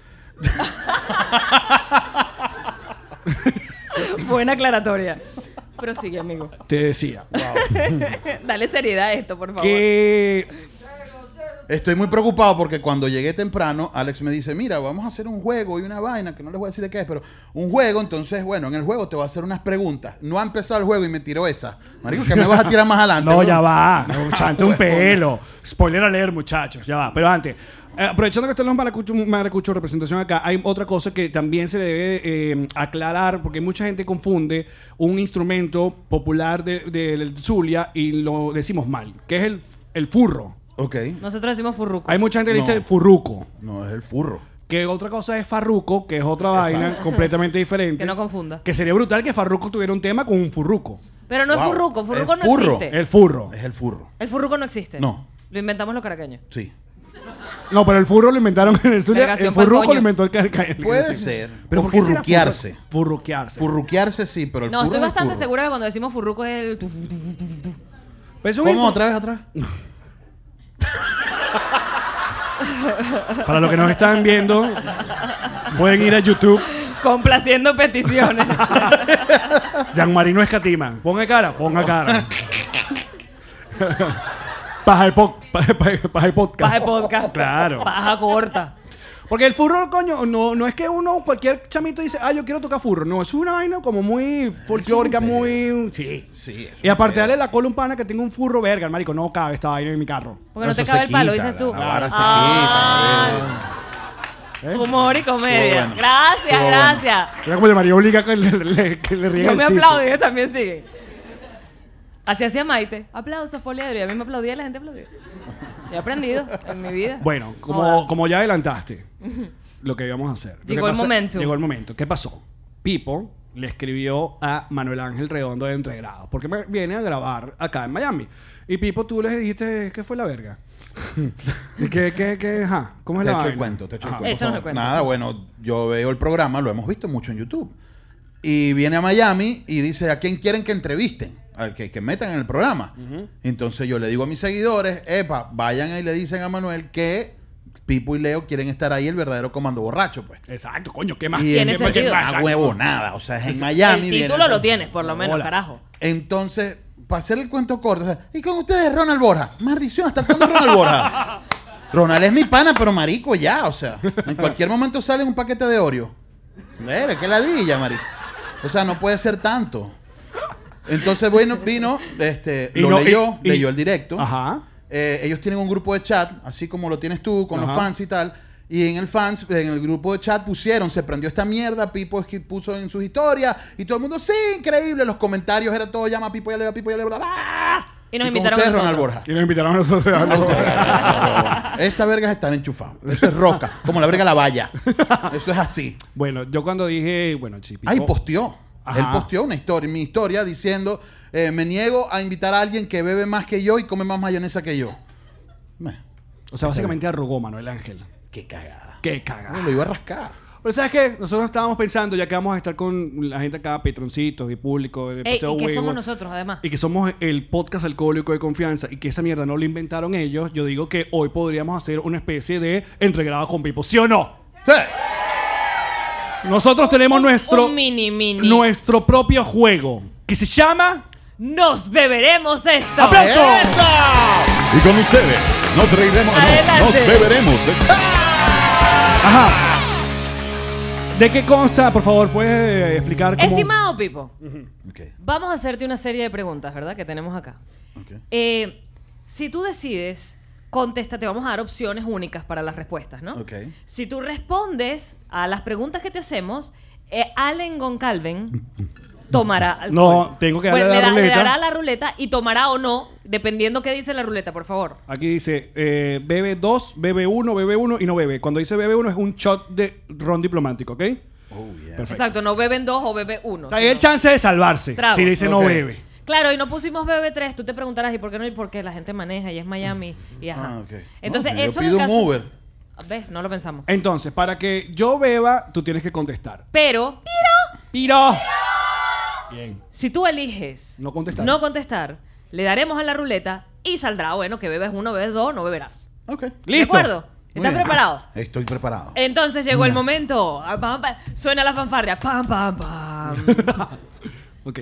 Buena aclaratoria. Prosigue, amigo. Te decía Dale seriedad a esto, por favor. que Estoy muy preocupado porque cuando llegué temprano, Alex me dice, mira, vamos a hacer un juego y una vaina, que no les voy a decir de qué es, pero un juego, entonces, bueno, en el juego te voy a hacer unas preguntas. No ha empezado el juego y me tiró esa. Marico, que me vas a tirar más adelante. no, weón? ya va. No, chante un Huevón. pelo. Spoiler a leer, muchachos. Ya va. Pero antes, eh, aprovechando que están los maracuchos, maracucho representación acá, hay otra cosa que también se debe eh, aclarar porque mucha gente confunde un instrumento popular de- de- del Zulia y lo decimos mal, que es el, el furro. Ok. Nosotros decimos furruco. Hay mucha gente que No. dice furruco. No, es el furro. Que otra cosa es Farruco, que es otra vaina completamente diferente. Que no confunda. Que sería brutal que Farruco tuviera un tema con un furruco. Pero no es Wow. furruco, furruco Es no furro. existe. El furro. Es el furro. El furruco no existe. No. Lo inventamos los caraqueños. Sí. No, pero el furro lo inventaron en el sur. El Delegación pa'l furruco coño. lo inventó el carca. Puede ser. Pero Pero ¿por qué será furruquearse. furru- Furruquearse. Furruquearse sí, pero el No, furro estoy es el bastante furro. segura que cuando decimos furruco es el... tuf, tuf, tuf, tuf. Pero es Pues un ¿Cómo? intro- ¿Otra vez atrás? Para los que nos están viendo, pueden ir a YouTube. Complaciendo peticiones. Gianmarino Escatima. Ponga cara, ponga cara. Paja el, po- pa- pa- paja el podcast. Paja el podcast. Claro. Paja corta. Porque el furro, coño, no, no es que uno, cualquier chamito dice, ah, yo quiero tocar furro. No, eso es una vaina como muy folclórica, muy. Sí. Sí. es Y un aparte, pedo. dale la cola a un pana que tenga un furro, verga, el marico. No cabe esta vaina en mi carro. Porque no, No, te eso cabe se el palo, quita, dices tú. La, la vara se Ah, quita. ¿Eh? Humor y comedia. Estuvo bueno. Gracias, Estuvo gracias. Era como el marido obliga que le, le- que le ríe Yo el me chiste. aplaudo y ellos también siguen. Así hacía Maite. Aplausos, poliedro. Y a mí me aplaudía y la gente aplaudía. Yo he aprendido en mi vida. Bueno, como, Jodas. como ya adelantaste lo que íbamos a hacer. Lo Llegó que el momento. Llegó el momento. ¿Qué pasó? Pipo le escribió a Manuel Ángel Redondo de Entregrados, porque me viene a grabar acá en Miami. Y Pipo, tú les dijiste que fue la verga. ¿Qué, qué, qué? Ajá, ¿Cómo es Te la echo vaina? el Ah, cuento, te echo el Ajá. cuento. por Échanos el favor. cuento. Nada, bueno, yo veo el programa, lo hemos visto mucho en YouTube. Y viene a Miami y dice, ¿a quién quieren que entrevisten? Al que, que metan en el programa. Entonces yo le digo a mis seguidores, epa, vayan y le dicen a Manuel que Pipo y Leo quieren estar ahí el verdadero comando borracho, pues. Exacto, coño, ¿qué más? Y Tiene pues, en- sentido. Una Exacto. huevonada, o sea, es en Miami. el viene- título lo tienes, por lo menos, Hola. carajo. Entonces, para hacer el cuento corto, o sea, y con ustedes Ronald Borja. Maldición, ¿hasta cuándo Ronald Borja? Ronald es mi pana, pero marico ya, o sea, en cualquier momento sale un paquete de Oreo. Mira, qué ladilla, marico. O sea, no puede ser tanto. Entonces, bueno, vino, este, Y lo no- y- leyó, y- leyó el directo. Ajá. Eh, ellos tienen un grupo de chat, así como lo tienes tú, con los Ajá. fans y tal. Y en el fans, en el grupo de chat pusieron, se prendió esta mierda, Pipo es que puso en sus historias y todo el mundo, sí, increíble, los comentarios era todo, llama a Pipo, ya le va a Pipo, ya le va a... Y nos con invitaron ustedes, a Ronald nosotros. Borja. Y nos invitaron a nosotros. Estas vergas están enchufadas. Eso es roca, como la verga la valla. Eso es así. bueno, yo cuando dije, bueno, sí, Pipo. Ahí posteó. Ajá. Él posteó una historia, mi historia diciendo, eh, me niego a invitar a alguien que bebe más que yo y come más mayonesa que yo. Meh, O sea, básicamente arrugó Manuel Ángel. Qué cagada. Qué cagada. Lo iba a rascar. Pero ¿sabes qué? Nosotros estábamos pensando, ya que vamos a estar con la gente acá, patroncitos y público. de Ey, Paseo y que somos Wayward, nosotros, además. Y que somos el podcast alcohólico de confianza y que esa mierda no la inventaron ellos. Yo digo que hoy podríamos hacer una especie de entregrado con Pipo. ¿Sí o no? Sí. Nosotros tenemos Un- nuestro, un mini, mini. nuestro propio juego que se llama... ¡Nos beberemos esto! ¡Aplausos! ¡Eso! Y con ustedes, nos reiremos. no, Adelante. nos beberemos. Ajá. ¿De qué consta? Por favor, ¿puedes eh, explicar cómo...? Estimado Pipo, Ok, vamos a hacerte una serie de preguntas, ¿verdad? Que tenemos acá. ok. Eh, si tú decides, contesta, te vamos a dar opciones únicas para las respuestas, ¿no? Ok. Si tú respondes a las preguntas que te hacemos, eh, Allen Goncalven tomará. No, tengo que darle Bueno, a la le da- ruleta. Le dará a la ruleta y tomará o no, dependiendo qué dice la ruleta, por favor. Aquí dice eh, bebe 2, bebe 1, bebe 1 y no bebe. Cuando dice bebe 1 es un shot de ron diplomático, ¿ok? Perfecto. Exacto, no beben dos o bebe O uno. sea, sino- hay el chance de salvarse Trago. si dice Ok. no bebe. Claro, y no pusimos BB3. Tú te preguntarás, ¿y por qué no? Y porque la gente maneja y es Miami. Y ajá. Ah, ok. Entonces, No, pero yo eso es pido el un caso. Uber. ¿Ves? No lo pensamos. Entonces, para que yo beba, tú tienes que contestar. Pero, ¡Piro! Bien. si tú eliges No contestar. no contestar, le daremos a la ruleta y saldrá, bueno, que bebes uno, bebes dos, no beberás. Ok. ¡Listo! ¿De acuerdo? Muy ¿Estás bien. preparado? Eh. Estoy preparado. Entonces llegó el momento. Ah, pam, pam. Suena la fanfarria. Pam, pam, pam. Ok.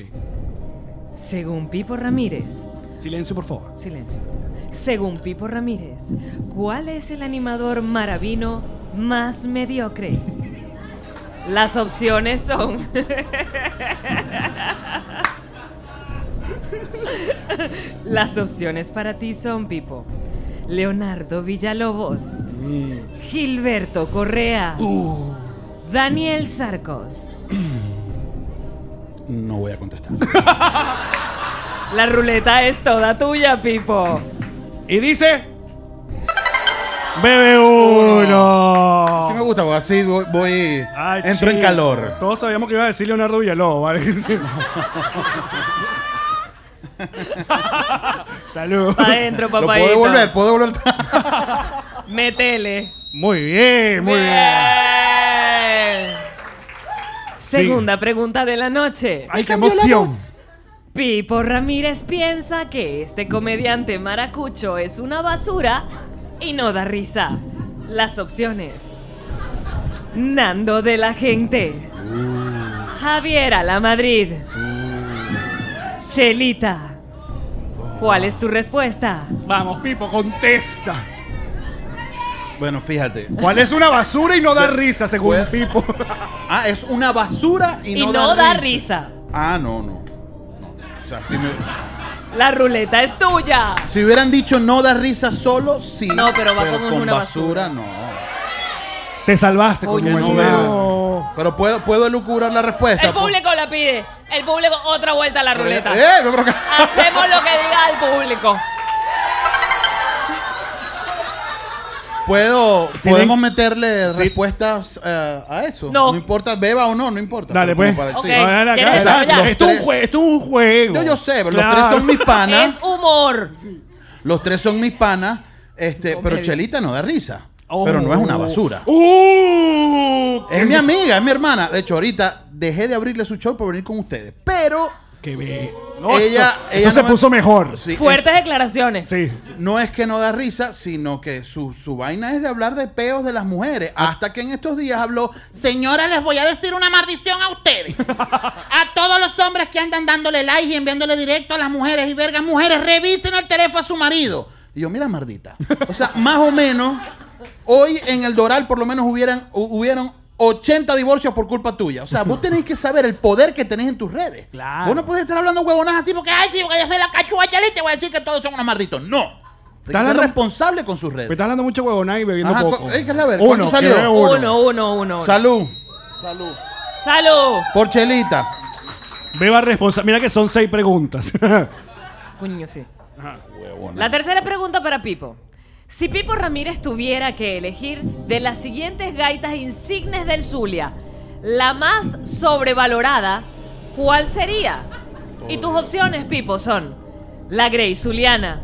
Según Pipo Ramírez. Silencio, por favor. Silencio. Según Pipo Ramírez, ¿cuál es el animador maravino más mediocre? Las opciones son. Las opciones para ti son Pipo. Leonardo Villalobos. Gilberto Correa. Uh. Daniel Sarcos. No voy a contestar. La ruleta es toda tuya, Pipo. Y dice. Bebe 1. Sí me gusta, porque así voy, voy- Ay, entro en chico. calor. Todos sabíamos que iba a decir Leonardo Villalobos, ¿vale? Sí. Salud. Pa' adentro, Lo papá. puedo devolver, puedo devolver. Métele. Muy bien, muy bien. Bien. Segunda pregunta de la noche. ¡Ay, qué emoción! Pipo Ramírez piensa que este comediante maracucho es una basura y no da risa. Las opciones. Nando de la gente. Uh. Javier a la Madrid. Uh. Chelita. ¿Cuál es tu respuesta? Vamos, Pipo, contesta. bueno, fíjate. ¿Cuál es una basura y no da Pues- risa, según pues- Pipo? Ah, es una basura y y no, no da da, risa. Ah, no, no. No. O sea, si, me- La ruleta es tuya. si hubieran dicho no da risa solo, sí. No, pero va como con una basura. basura, no. Te salvaste con Coño, un no. Pero puedo, puedo elucubrar la respuesta. El público la pide. El público otra vuelta a la ruleta. Eh, no, pero que- Hacemos lo que diga el público. ¿Puedo, Sí, podemos le- meterle sí. respuestas eh, a eso. No. importa, beba o no, no importa. Dale, Pero como pues. para- Ok. sí. A ver, acá, ¿Quieres acá. desarrollar? Esto es un Los jue- esto es un juego. Yo, yo sé, pero Claro. los tres son mis Es panas. humor. Los tres son mis panas. Este, pero Chelita no da risa. Pero no es una basura. Oh. ¡Uh! Es mi amiga, es mi hermana. De hecho, ahorita dejé de abrirle su show por venir con ustedes. Pero ¡Qué bien! Ella- esto, ella esto se no me- puso mejor. sí, Fuertes declaraciones. Sí. eh, no es que no da risa, sino que su, su vaina es de hablar de peos de las mujeres. Hasta que en estos días habló Señora, les voy a decir una maldición a ustedes. A todos los hombres que andan dándole like y enviándole directo a las mujeres y vergas, mujeres, revisen el teléfono a su marido. Y yo, mira, Mardita. O sea, más o menos, hoy en el Doral por lo menos hubieran, hu- hubieron 80 divorcios por culpa tuya. O sea, vos tenés que saber el poder que tenés en tus redes. Claro. Vos no puedes estar hablando huevonas así porque, ay, sí, porque yo soy la cachuga y te voy a decir que todos son unos marditos. No. Tienes Estás que ser hablando- responsable con sus Me redes. estás hablando mucho huevonada y bebiendo Ajá, poco. co- eh, que la ver- uno, ¿cuánto salió? que bebe uno. Uno, uno, uno. uno. Salud. Salud. Por Chelita. Beba responsable. Mira que son seis preguntas. Coño, sí. La tercera pregunta para Pipo. Si Pipo Ramírez tuviera que elegir de las siguientes gaitas insignes del Zulia, la más sobrevalorada, ¿cuál sería? Y tus opciones, Pipo, son la Grey Zuliana,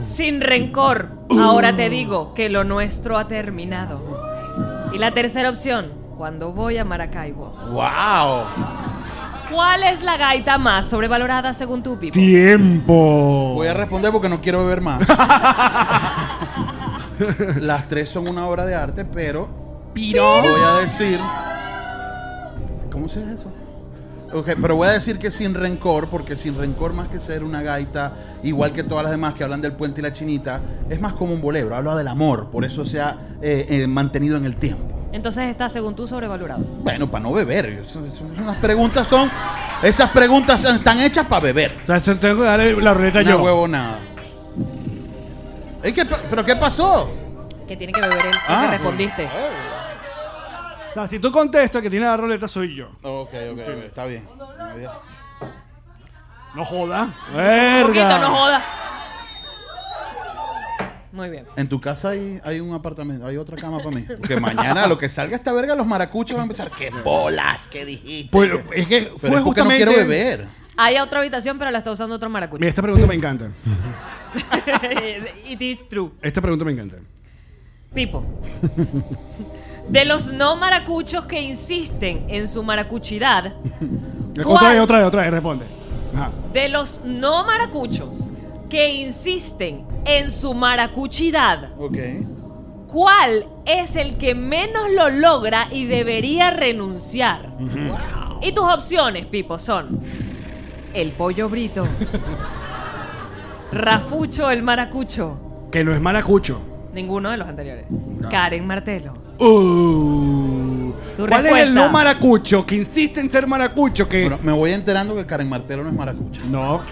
sin rencor, ahora te digo que lo nuestro ha terminado. Y la tercera opción, cuando voy a Maracaibo. ¡Wow! ¿Cuál es la gaita más sobrevalorada según tú, Pipo? Tiempo. Voy a responder porque no quiero beber más. Las tres son una obra de arte, pero. Voy a decir. ¿Cómo se dice eso? Ok, pero voy a decir que sin rencor, porque sin rencor, más que ser una gaita, igual que todas las demás que hablan del puente y la chinita, es más como un bolero, habla del amor, por eso se ha eh, eh, mantenido en el tiempo. Entonces está, según tú, sobrevalorado. Bueno, para no beber, eso- eso- unas preguntas son. Esas preguntas están hechas para beber. O sea, yo tengo que darle la ruleta Una yo. huevonada. Ey, ¿qué pa- ¿Pero qué pasó? Que tiene que beber él. Ah, Ah, respondiste. O sea, si tú contestas que tiene la ruleta, soy yo. Ok, ok, está bien. No joda. Un Verga. poquito, no joda. Muy bien. En tu casa hay, hay un apartamento, hay otra cama para mí. Porque mañana lo que salga esta verga, los maracuchos van a empezar. ¡Qué bolas! ¿Qué dijiste? eh, Pues, es que fue Pero es porque no justamente- quiero beber. Hay otra habitación, pero la está usando otro Mira, maracucho. esta pregunta me encanta. It is true. Esta pregunta me encanta. Pipo. De los no maracuchos que insisten en su maracuchidad, Otra ¿Cuál? vez, otra vez, otra vez, responde. Ajá. de los no maracuchos que insisten en su maracuchidad, Ok. ¿Cuál es el que menos lo logra y debería renunciar? Y tus opciones, Pipo, son el pollo brito, Rafucho el maracucho, Que no es maracucho. ninguno de los anteriores, Karen Martelo. Uh. Tu ¿Cuál es respuesta. el no maracucho? Que insiste en ser maracucho. Que. Bueno, me voy enterando que Karen Martelo no es maracucha. No.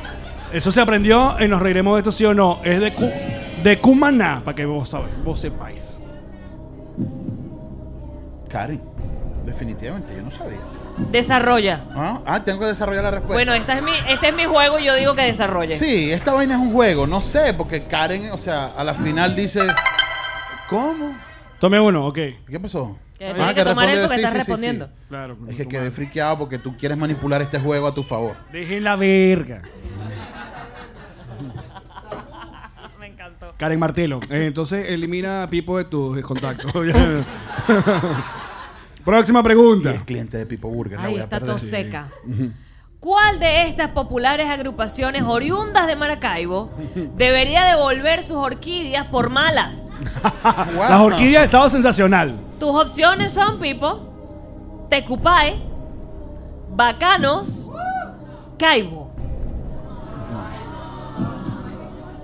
Eso se aprendió en Nos Reiremos de esto, sí o no. Es de, Cu- de Cumaná, para que vos, sabes, vos sepáis. Karen. Definitivamente, yo no sabía. Desarrolla. Ah, ah, tengo que desarrollar la respuesta. Bueno, esta es mi, este es mi juego y yo digo que desarrolle. Sí, esta vaina es un juego, no sé, porque Karen, o sea, a la final dice, ¿cómo? Tome uno, ok. ¿Qué pasó? Ah, Que tiene que tomar responde, él porque sí, estás sí, sí, respondiendo. sí. Claro. Es que quedé friqueado porque tú quieres manipular este juego a tu favor. Dejen la verga. Me encantó. Karen Martelo. Eh, entonces elimina a Pipo de tus eh, contactos. Próxima Y es pregunta. cliente de Pipo Burger. la Ahí voy a está perder. todo seca. ¿Cuál de estas populares agrupaciones oriundas de Maracaibo debería devolver sus orquídeas por malas? Guau. Las orquídeas de sábado sensacional. Tus opciones son, Pipo, Tecupae, Bacanos, Caibo. No,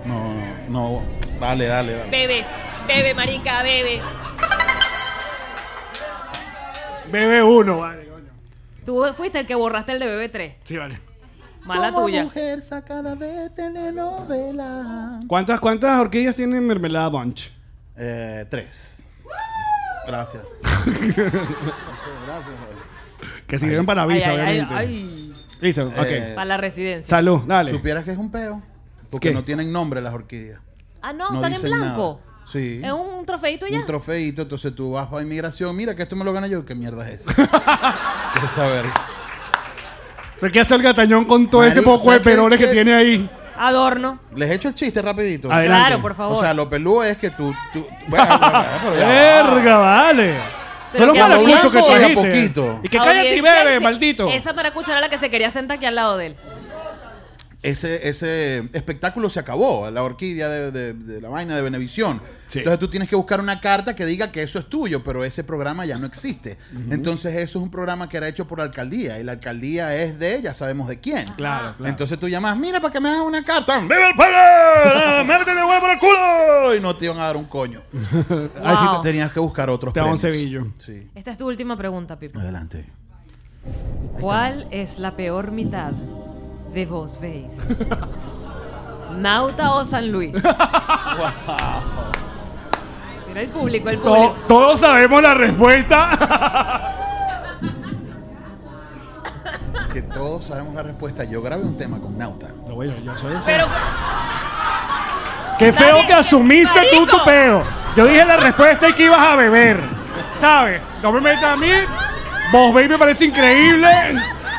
no, no. Dale, dale, dale. Bebe, bebe, marica, bebe. Bebe uno, vale, coño. Tú fuiste el que borraste el de Bebe 3. Sí, vale. Mala Como tuya. mujer sacada de telenovela. ¿Cuántas, cuántas orquídeas tiene mermelada bunch? Eh, tres. Gracias. Que sirven para Ay, visa, ay, ay, obviamente. ay. Listo, ok. Eh, Para la residencia. Salud, dale. Supieras que es un peo. Porque ¿Qué? no tienen nombre las orquídeas. Ah, no, no están en dicen blanco. nada. Sí. Es un, un trofeito y ya. Un trofeito, entonces tú vas para inmigración, mira que esto me lo gané yo, ¿qué mierda es eso? Quiero saber. ¿Pero qué hace el gatañón con todo ese Marico, poco de ¿sabes qué- peroles que qué- tiene ahí? Adorno. Les echo el chiste rapidito. A ver, Adelante. Claro, por favor. O sea, lo peludo es que tú... tú bueno, bueno, eh, pero ya va. Verga, vale. Son los que a lo maracuchos que blanco de a trajiste. poquito. Y que cállate y Audiencia bebe, se- maldito. Esa maracucha era la que se quería sentar aquí al lado de él. ese, ese espectáculo se acabó, la orquídea de, de- de la vaina de Benevisión. Sí. Entonces tú tienes que buscar una carta que diga que eso es tuyo, pero ese programa ya no existe. Entonces eso es un programa que era hecho por la alcaldía y la alcaldía es de ya sabemos de quién. Claro, claro. Entonces tú llamas, mira, para que me hagas una carta. ¡Viva el pueblo! ¡Métete de huevo por el culo! Y no te iban a dar un coño. Ahí sí Wow. Tenías que buscar otros Te daban premios. cebillo. Sí. Esta es tu última pregunta, Pipo. Adelante. ¿Cuál es la peor mitad de vos veis? ¿Nauta o San Luis? Mira el público, el To- público. todos sabemos la respuesta. Que todos sabemos la respuesta. Yo grabé un tema con Nauta. No, bueno, yo soy eso. Pero Qué Nadie- feo que asumiste tú Marico. tu pedo. Yo dije la respuesta y que ibas a beber. ¿Sabes? No me metas a mí. Vos Baby me parece increíble.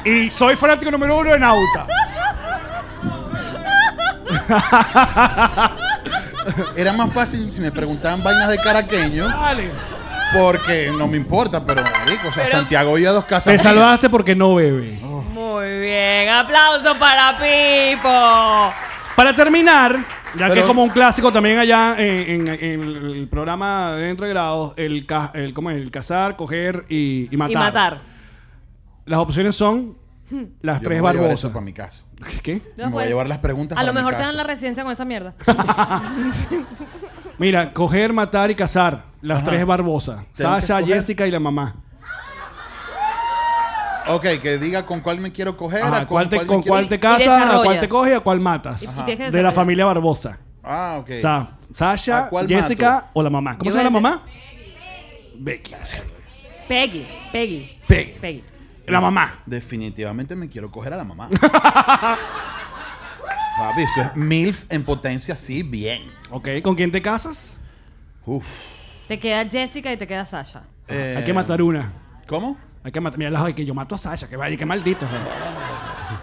Y soy fanático número uno de Nauta. Era más fácil si me preguntaban vainas de caraqueño. Dale. Porque no me importa, pero marico, o sea, Pero- Santiago iba a dos casas. Te mías. salvaste porque no bebe. muy bien, aplauso para Pipo. Para terminar, ya que Pero- es como un clásico también allá en, en- en el programa de dentro de grados, el, ca- el, ¿cómo es? el cazar, coger y, y matar. Y matar. Las opciones son las Yo tres me voy a llevar eso barbosas. para mi casa. ¿Qué? Me voy a llevar las preguntas pues, A para lo mi mejor te casa. dan la residencia con esa mierda. Mira, coger, matar y cazar. Las tres barbosas. Tengo que Sasha, escoger. Jessica y la mamá. Ok, que diga con cuál me quiero coger. Ajá, a ¿cuál te- me ¿Con quiero- cuál te Y casas? ¿A desarrollas. cuál te coges y a cuál matas? Y- y tienes que De la desarrollar. familia Barbosa. Ah, ok. O sea, ¿A Sasha, cuál Jessica mato? o la mamá. ¿Cómo Yo se llama la voy a mamá? Becky. Peggy, Peggy, Peggy. Peggy. La mamá. Definitivamente me quiero coger a la mamá. Papi, eso es MILF en potencia, sí, bien. Ok, ¿con quién te casas? Uf. Te queda Jessica y te queda Sasha. Eh, Hay que matar una. ¿Cómo? Hay que matar. Mira, ay, que yo mato a Sasha. Que vaya, que maldito. ¿eh? güey.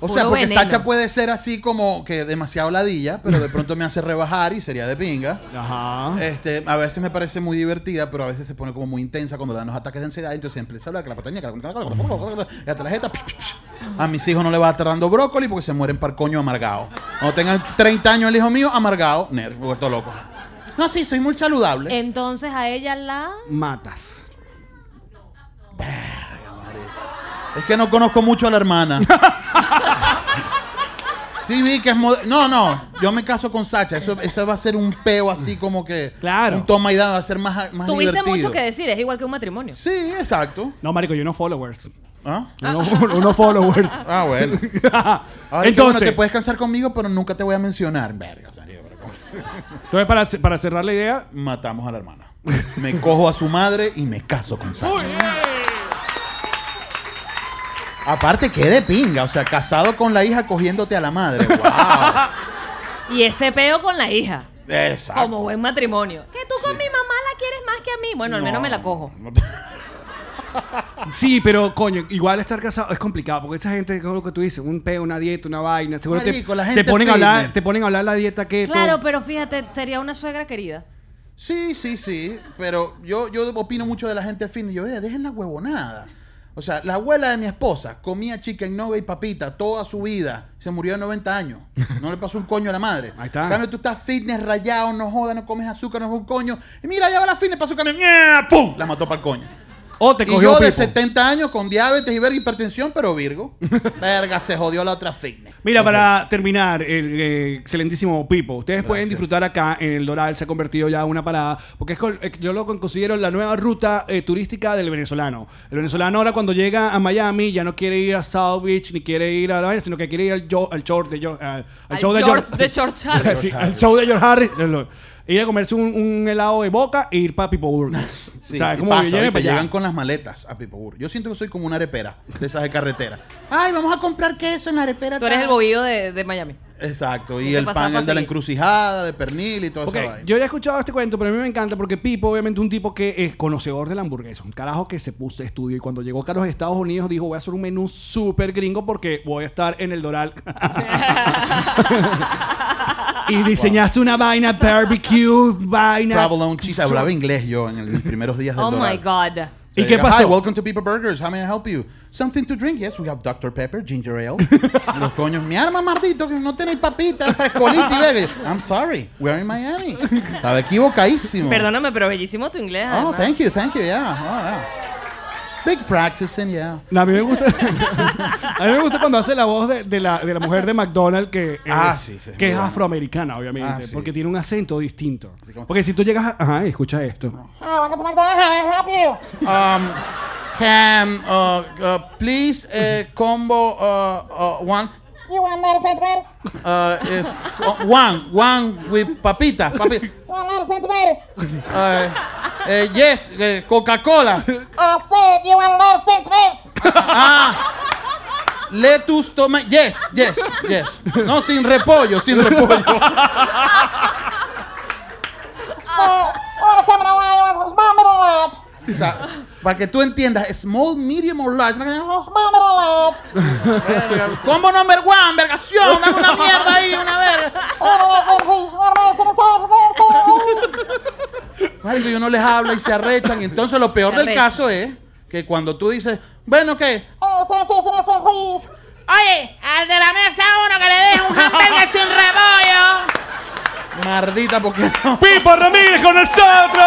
O Puro sea, porque veneno. Sacha puede ser así como que demasiado ladilla, pero de pronto me hace rebajar y sería de pinga. Ajá. Este, a veces me parece muy divertida, pero a veces se pone como muy intensa cuando le dan los ataques de ansiedad. Entonces empieza a hablar que la pataña, que la- que la que la que la tarjeta. pi, pi, pi. A mis hijos no le va a estar dando brócoli porque se mueren par coño amargado. Cuando tengan 30 años el hijo mío, amargado, nerd, vuelto loco. No, sí, soy muy Eh. saludable. Entonces a ella la. Matas. Es que no conozco mucho a la hermana. Sí, vi que es mod- No, no, yo me caso con Sacha. Eso, eso va a ser un peo así como que. Claro. Un toma y dada, va a ser más, más Tuviste divertido. mucho que decir, es igual que un matrimonio. Sí, exacto. No, marico, yo no followers. ¿Ah? Yo no, yo no followers. Ah, bueno. Ahora Entonces, Entonces, te puedes cansar conmigo, pero nunca te voy a mencionar. Verga, marico, pero ¿cómo? entonces para, ce- para cerrar la idea, matamos a la hermana. Me cojo a su madre y me caso con Sacha. Aparte, qué de pinga. O sea, casado con la hija cogiéndote a la madre. ¡Wow! Y ese peo con la hija. Exacto. Como buen matrimonio. Que tú con mi mamá la quieres más que a mí. Bueno, al menos me la cojo. Sí, pero coño, igual estar casado es complicado porque esa gente, como lo que tú dices, un peo, una dieta, una vaina, seguro Marico, te, la te gente ponen a hablar, fitness. te ponen a hablar la dieta que Claro, pero fíjate, sería una suegra querida. Sí, sí, sí. Pero yo, yo opino mucho de la gente fin. Yo, eh, dejen la huevonada. O sea, la abuela de mi esposa comía chicken nugget y papita toda su vida. Se murió a 90 años. No le pasó un coño a la madre. Ahí está. En cambio, tú estás fitness, rayado, no jodas, no comes azúcar, no es un coño. Y mira, ya va la fitness, pasó un camión. ¡ñe! ¡Pum! La mató para el coño. o te Y cogió yo de pipo. 70 años con diabetes y verga hipertensión, pero virgo. verga, se jodió la otra fitness. Mira, para terminar, el, eh, excelentísimo Pipo, ustedes pueden disfrutar acá en el Doral, se ha convertido ya en una parada, porque es col- eh, yo lo con- considero la nueva ruta eh, turística del venezolano. El venezolano ahora cuando llega a Miami ya no quiere ir a South Beach ni quiere ir a la vaina, sino que quiere ir al, jo- al short de George, al, al Al show de George- George- de George Harris. Sí, al show de George Harris. eh, lo- Ir a comerse un, un helado de boca e ir para Pipo Burgers. Sí, o sea, es y como pasa, que viene ¿viste? para allá. llegan con las maletas a Pipobur. Yo siento que soy como una arepera de esas de carretera. Ay, vamos a comprar queso en la arepera. Tú eres tal. el bohío de, de Miami. Exacto, y Porque el pasaba pan el de la así. encrucijada, de pernil y todo Ok, esa vaina. yo ya he escuchado este cuento, pero a mí me encanta porque Pipo, obviamente, un tipo que es conocedor de la hamburguesa, un carajo que se puso estudio y cuando llegó acá a los Estados Unidos dijo, voy a hacer un menú súper gringo porque voy a estar en el Doral. y diseñaste una vaina barbecue, vaina... Provolone cheese, hablaba inglés yo en el- los primeros días del Oh Doral. my God. ¿Y Te qué llega, pasó? Hi, welcome to Pepper Burgers. How may I help you? Something to drink? Yes, we have Dr. Pepper, ginger ale. Y los coños, mi arma, maldito, que no tenéis papitas, frescolita y verga. I'm sorry, we are in Miami. Estaba Mm. equivocadísimo. Perdóname, pero bellísimo tu inglés. Oh, además. thank you, thank you, yeah. Oh, yeah. Big practicing, yeah. No, a mí me gusta. a mí me gusta cuando hace la voz de, de la, de la mujer de McDonald's que es, Ah, sí, sí, es que muy es buena. afroamericana, obviamente, Ah, sí. porque tiene un acento distinto. como- Porque si tú llegas a. Ajá, escucha esto. Um, can, uh, uh, please, uh, combo uh, uh, one. Uh, is co- one, one with papitas, papi- Uh, uh, yes, uh, Coca-Cola. Ah, lettuce, toma. Yes, yes, yes. No, sin repollo, sin repollo. O sea, para que tú entiendas, small, medium or large. Verga, Combo number one, vergación, dame una mierda ahí, una verga. Marico, y uno les habla y se arrechan. Y entonces lo peor Se del arrechan. caso es que cuando tú dices, bueno, ¿qué? Oye, al de la mesa uno que le deje un hamburger sin rebollo. Mardita, porque no. ¡Pipo Ramírez con nosotros!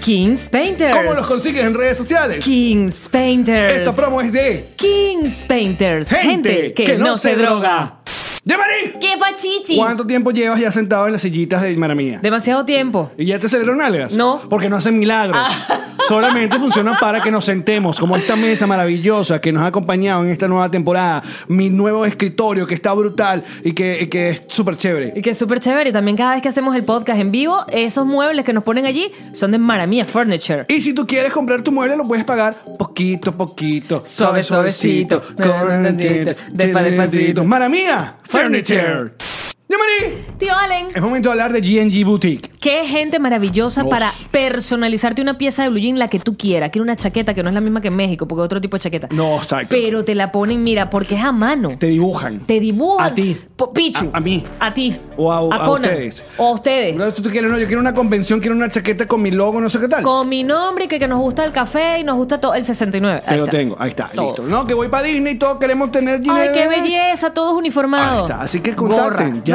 Kings Painters. ¿Cómo los consigues en redes sociales? Kings Painters. Esta promo es de Kings Painters. gente, que, no, se droga. ¡Yamari! ¡Qué pachichi! ¿Cuánto tiempo llevas ya sentado en las sillitas de Mara Mía? Demasiado tiempo. ¿Y ya te salieron algas? No. Ah. Porque no hacen milagros. Solamente funcionan para que nos sentemos, como esta mesa maravillosa que nos ha acompañado en esta nueva temporada. Mi nuevo escritorio que está brutal y que, y que es súper Y chévere. que es súper chévere. Y también cada vez que hacemos el podcast en vivo, esos muebles que nos ponen allí son de Maramia Furniture. Y si tú quieres comprar tu mueble, lo puedes pagar poquito a poquito. Suave, suavecito, corrientito, despa- despacito. Mara mía, furniture. Yamari, Tío Allen, es momento de hablar de GNG Boutique. qué gente maravillosa para personalizarte una pieza de blue jean la que tú quieras. Quiero una chaqueta que no es la misma que en México, porque es otro tipo de chaqueta. No, exacto. Pero te la ponen, mira, porque es a mano. Te dibujan. Te dibujan. A ti. Po- Pichu. A- a mí. A ti. O a- a Conan. ustedes. O a ustedes. No, tú quieres, no, yo quiero una convención, quiero una chaqueta con mi logo, no sé qué tal. Con mi nombre y que, que nos gusta el café y nos gusta todo el 69. Te Ahí lo está. tengo, ahí está, Todo. listo. No, que voy para Disney, todos queremos tener dinero. Ay, qué belleza, todos uniformados. Ahí está, así que contacten, Gorra. ya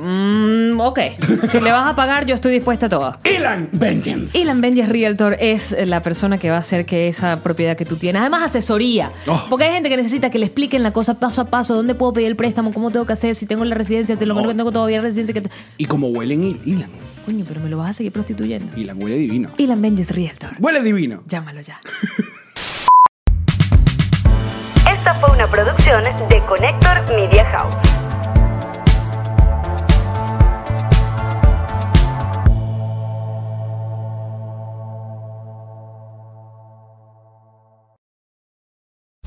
Mm, ok. si le vas a pagar, yo estoy dispuesta a todo. Elan Vengeance. Elan Benjes Realtor es la persona que va a hacer que esa propiedad que tú tienes, además asesoría, Oh. porque hay gente que necesita que le expliquen la cosa paso a paso, dónde puedo pedir el préstamo, cómo tengo que hacer, si tengo la residencia, si lo que no tengo todavía residencia, que... Y como huelen Il- Elan. coño, pero me lo vas a seguir prostituyendo. Elan huele divino. Elan Benjes Realtor, Huele divino. llámalo ya. Esta fue una producción de Connector Media House.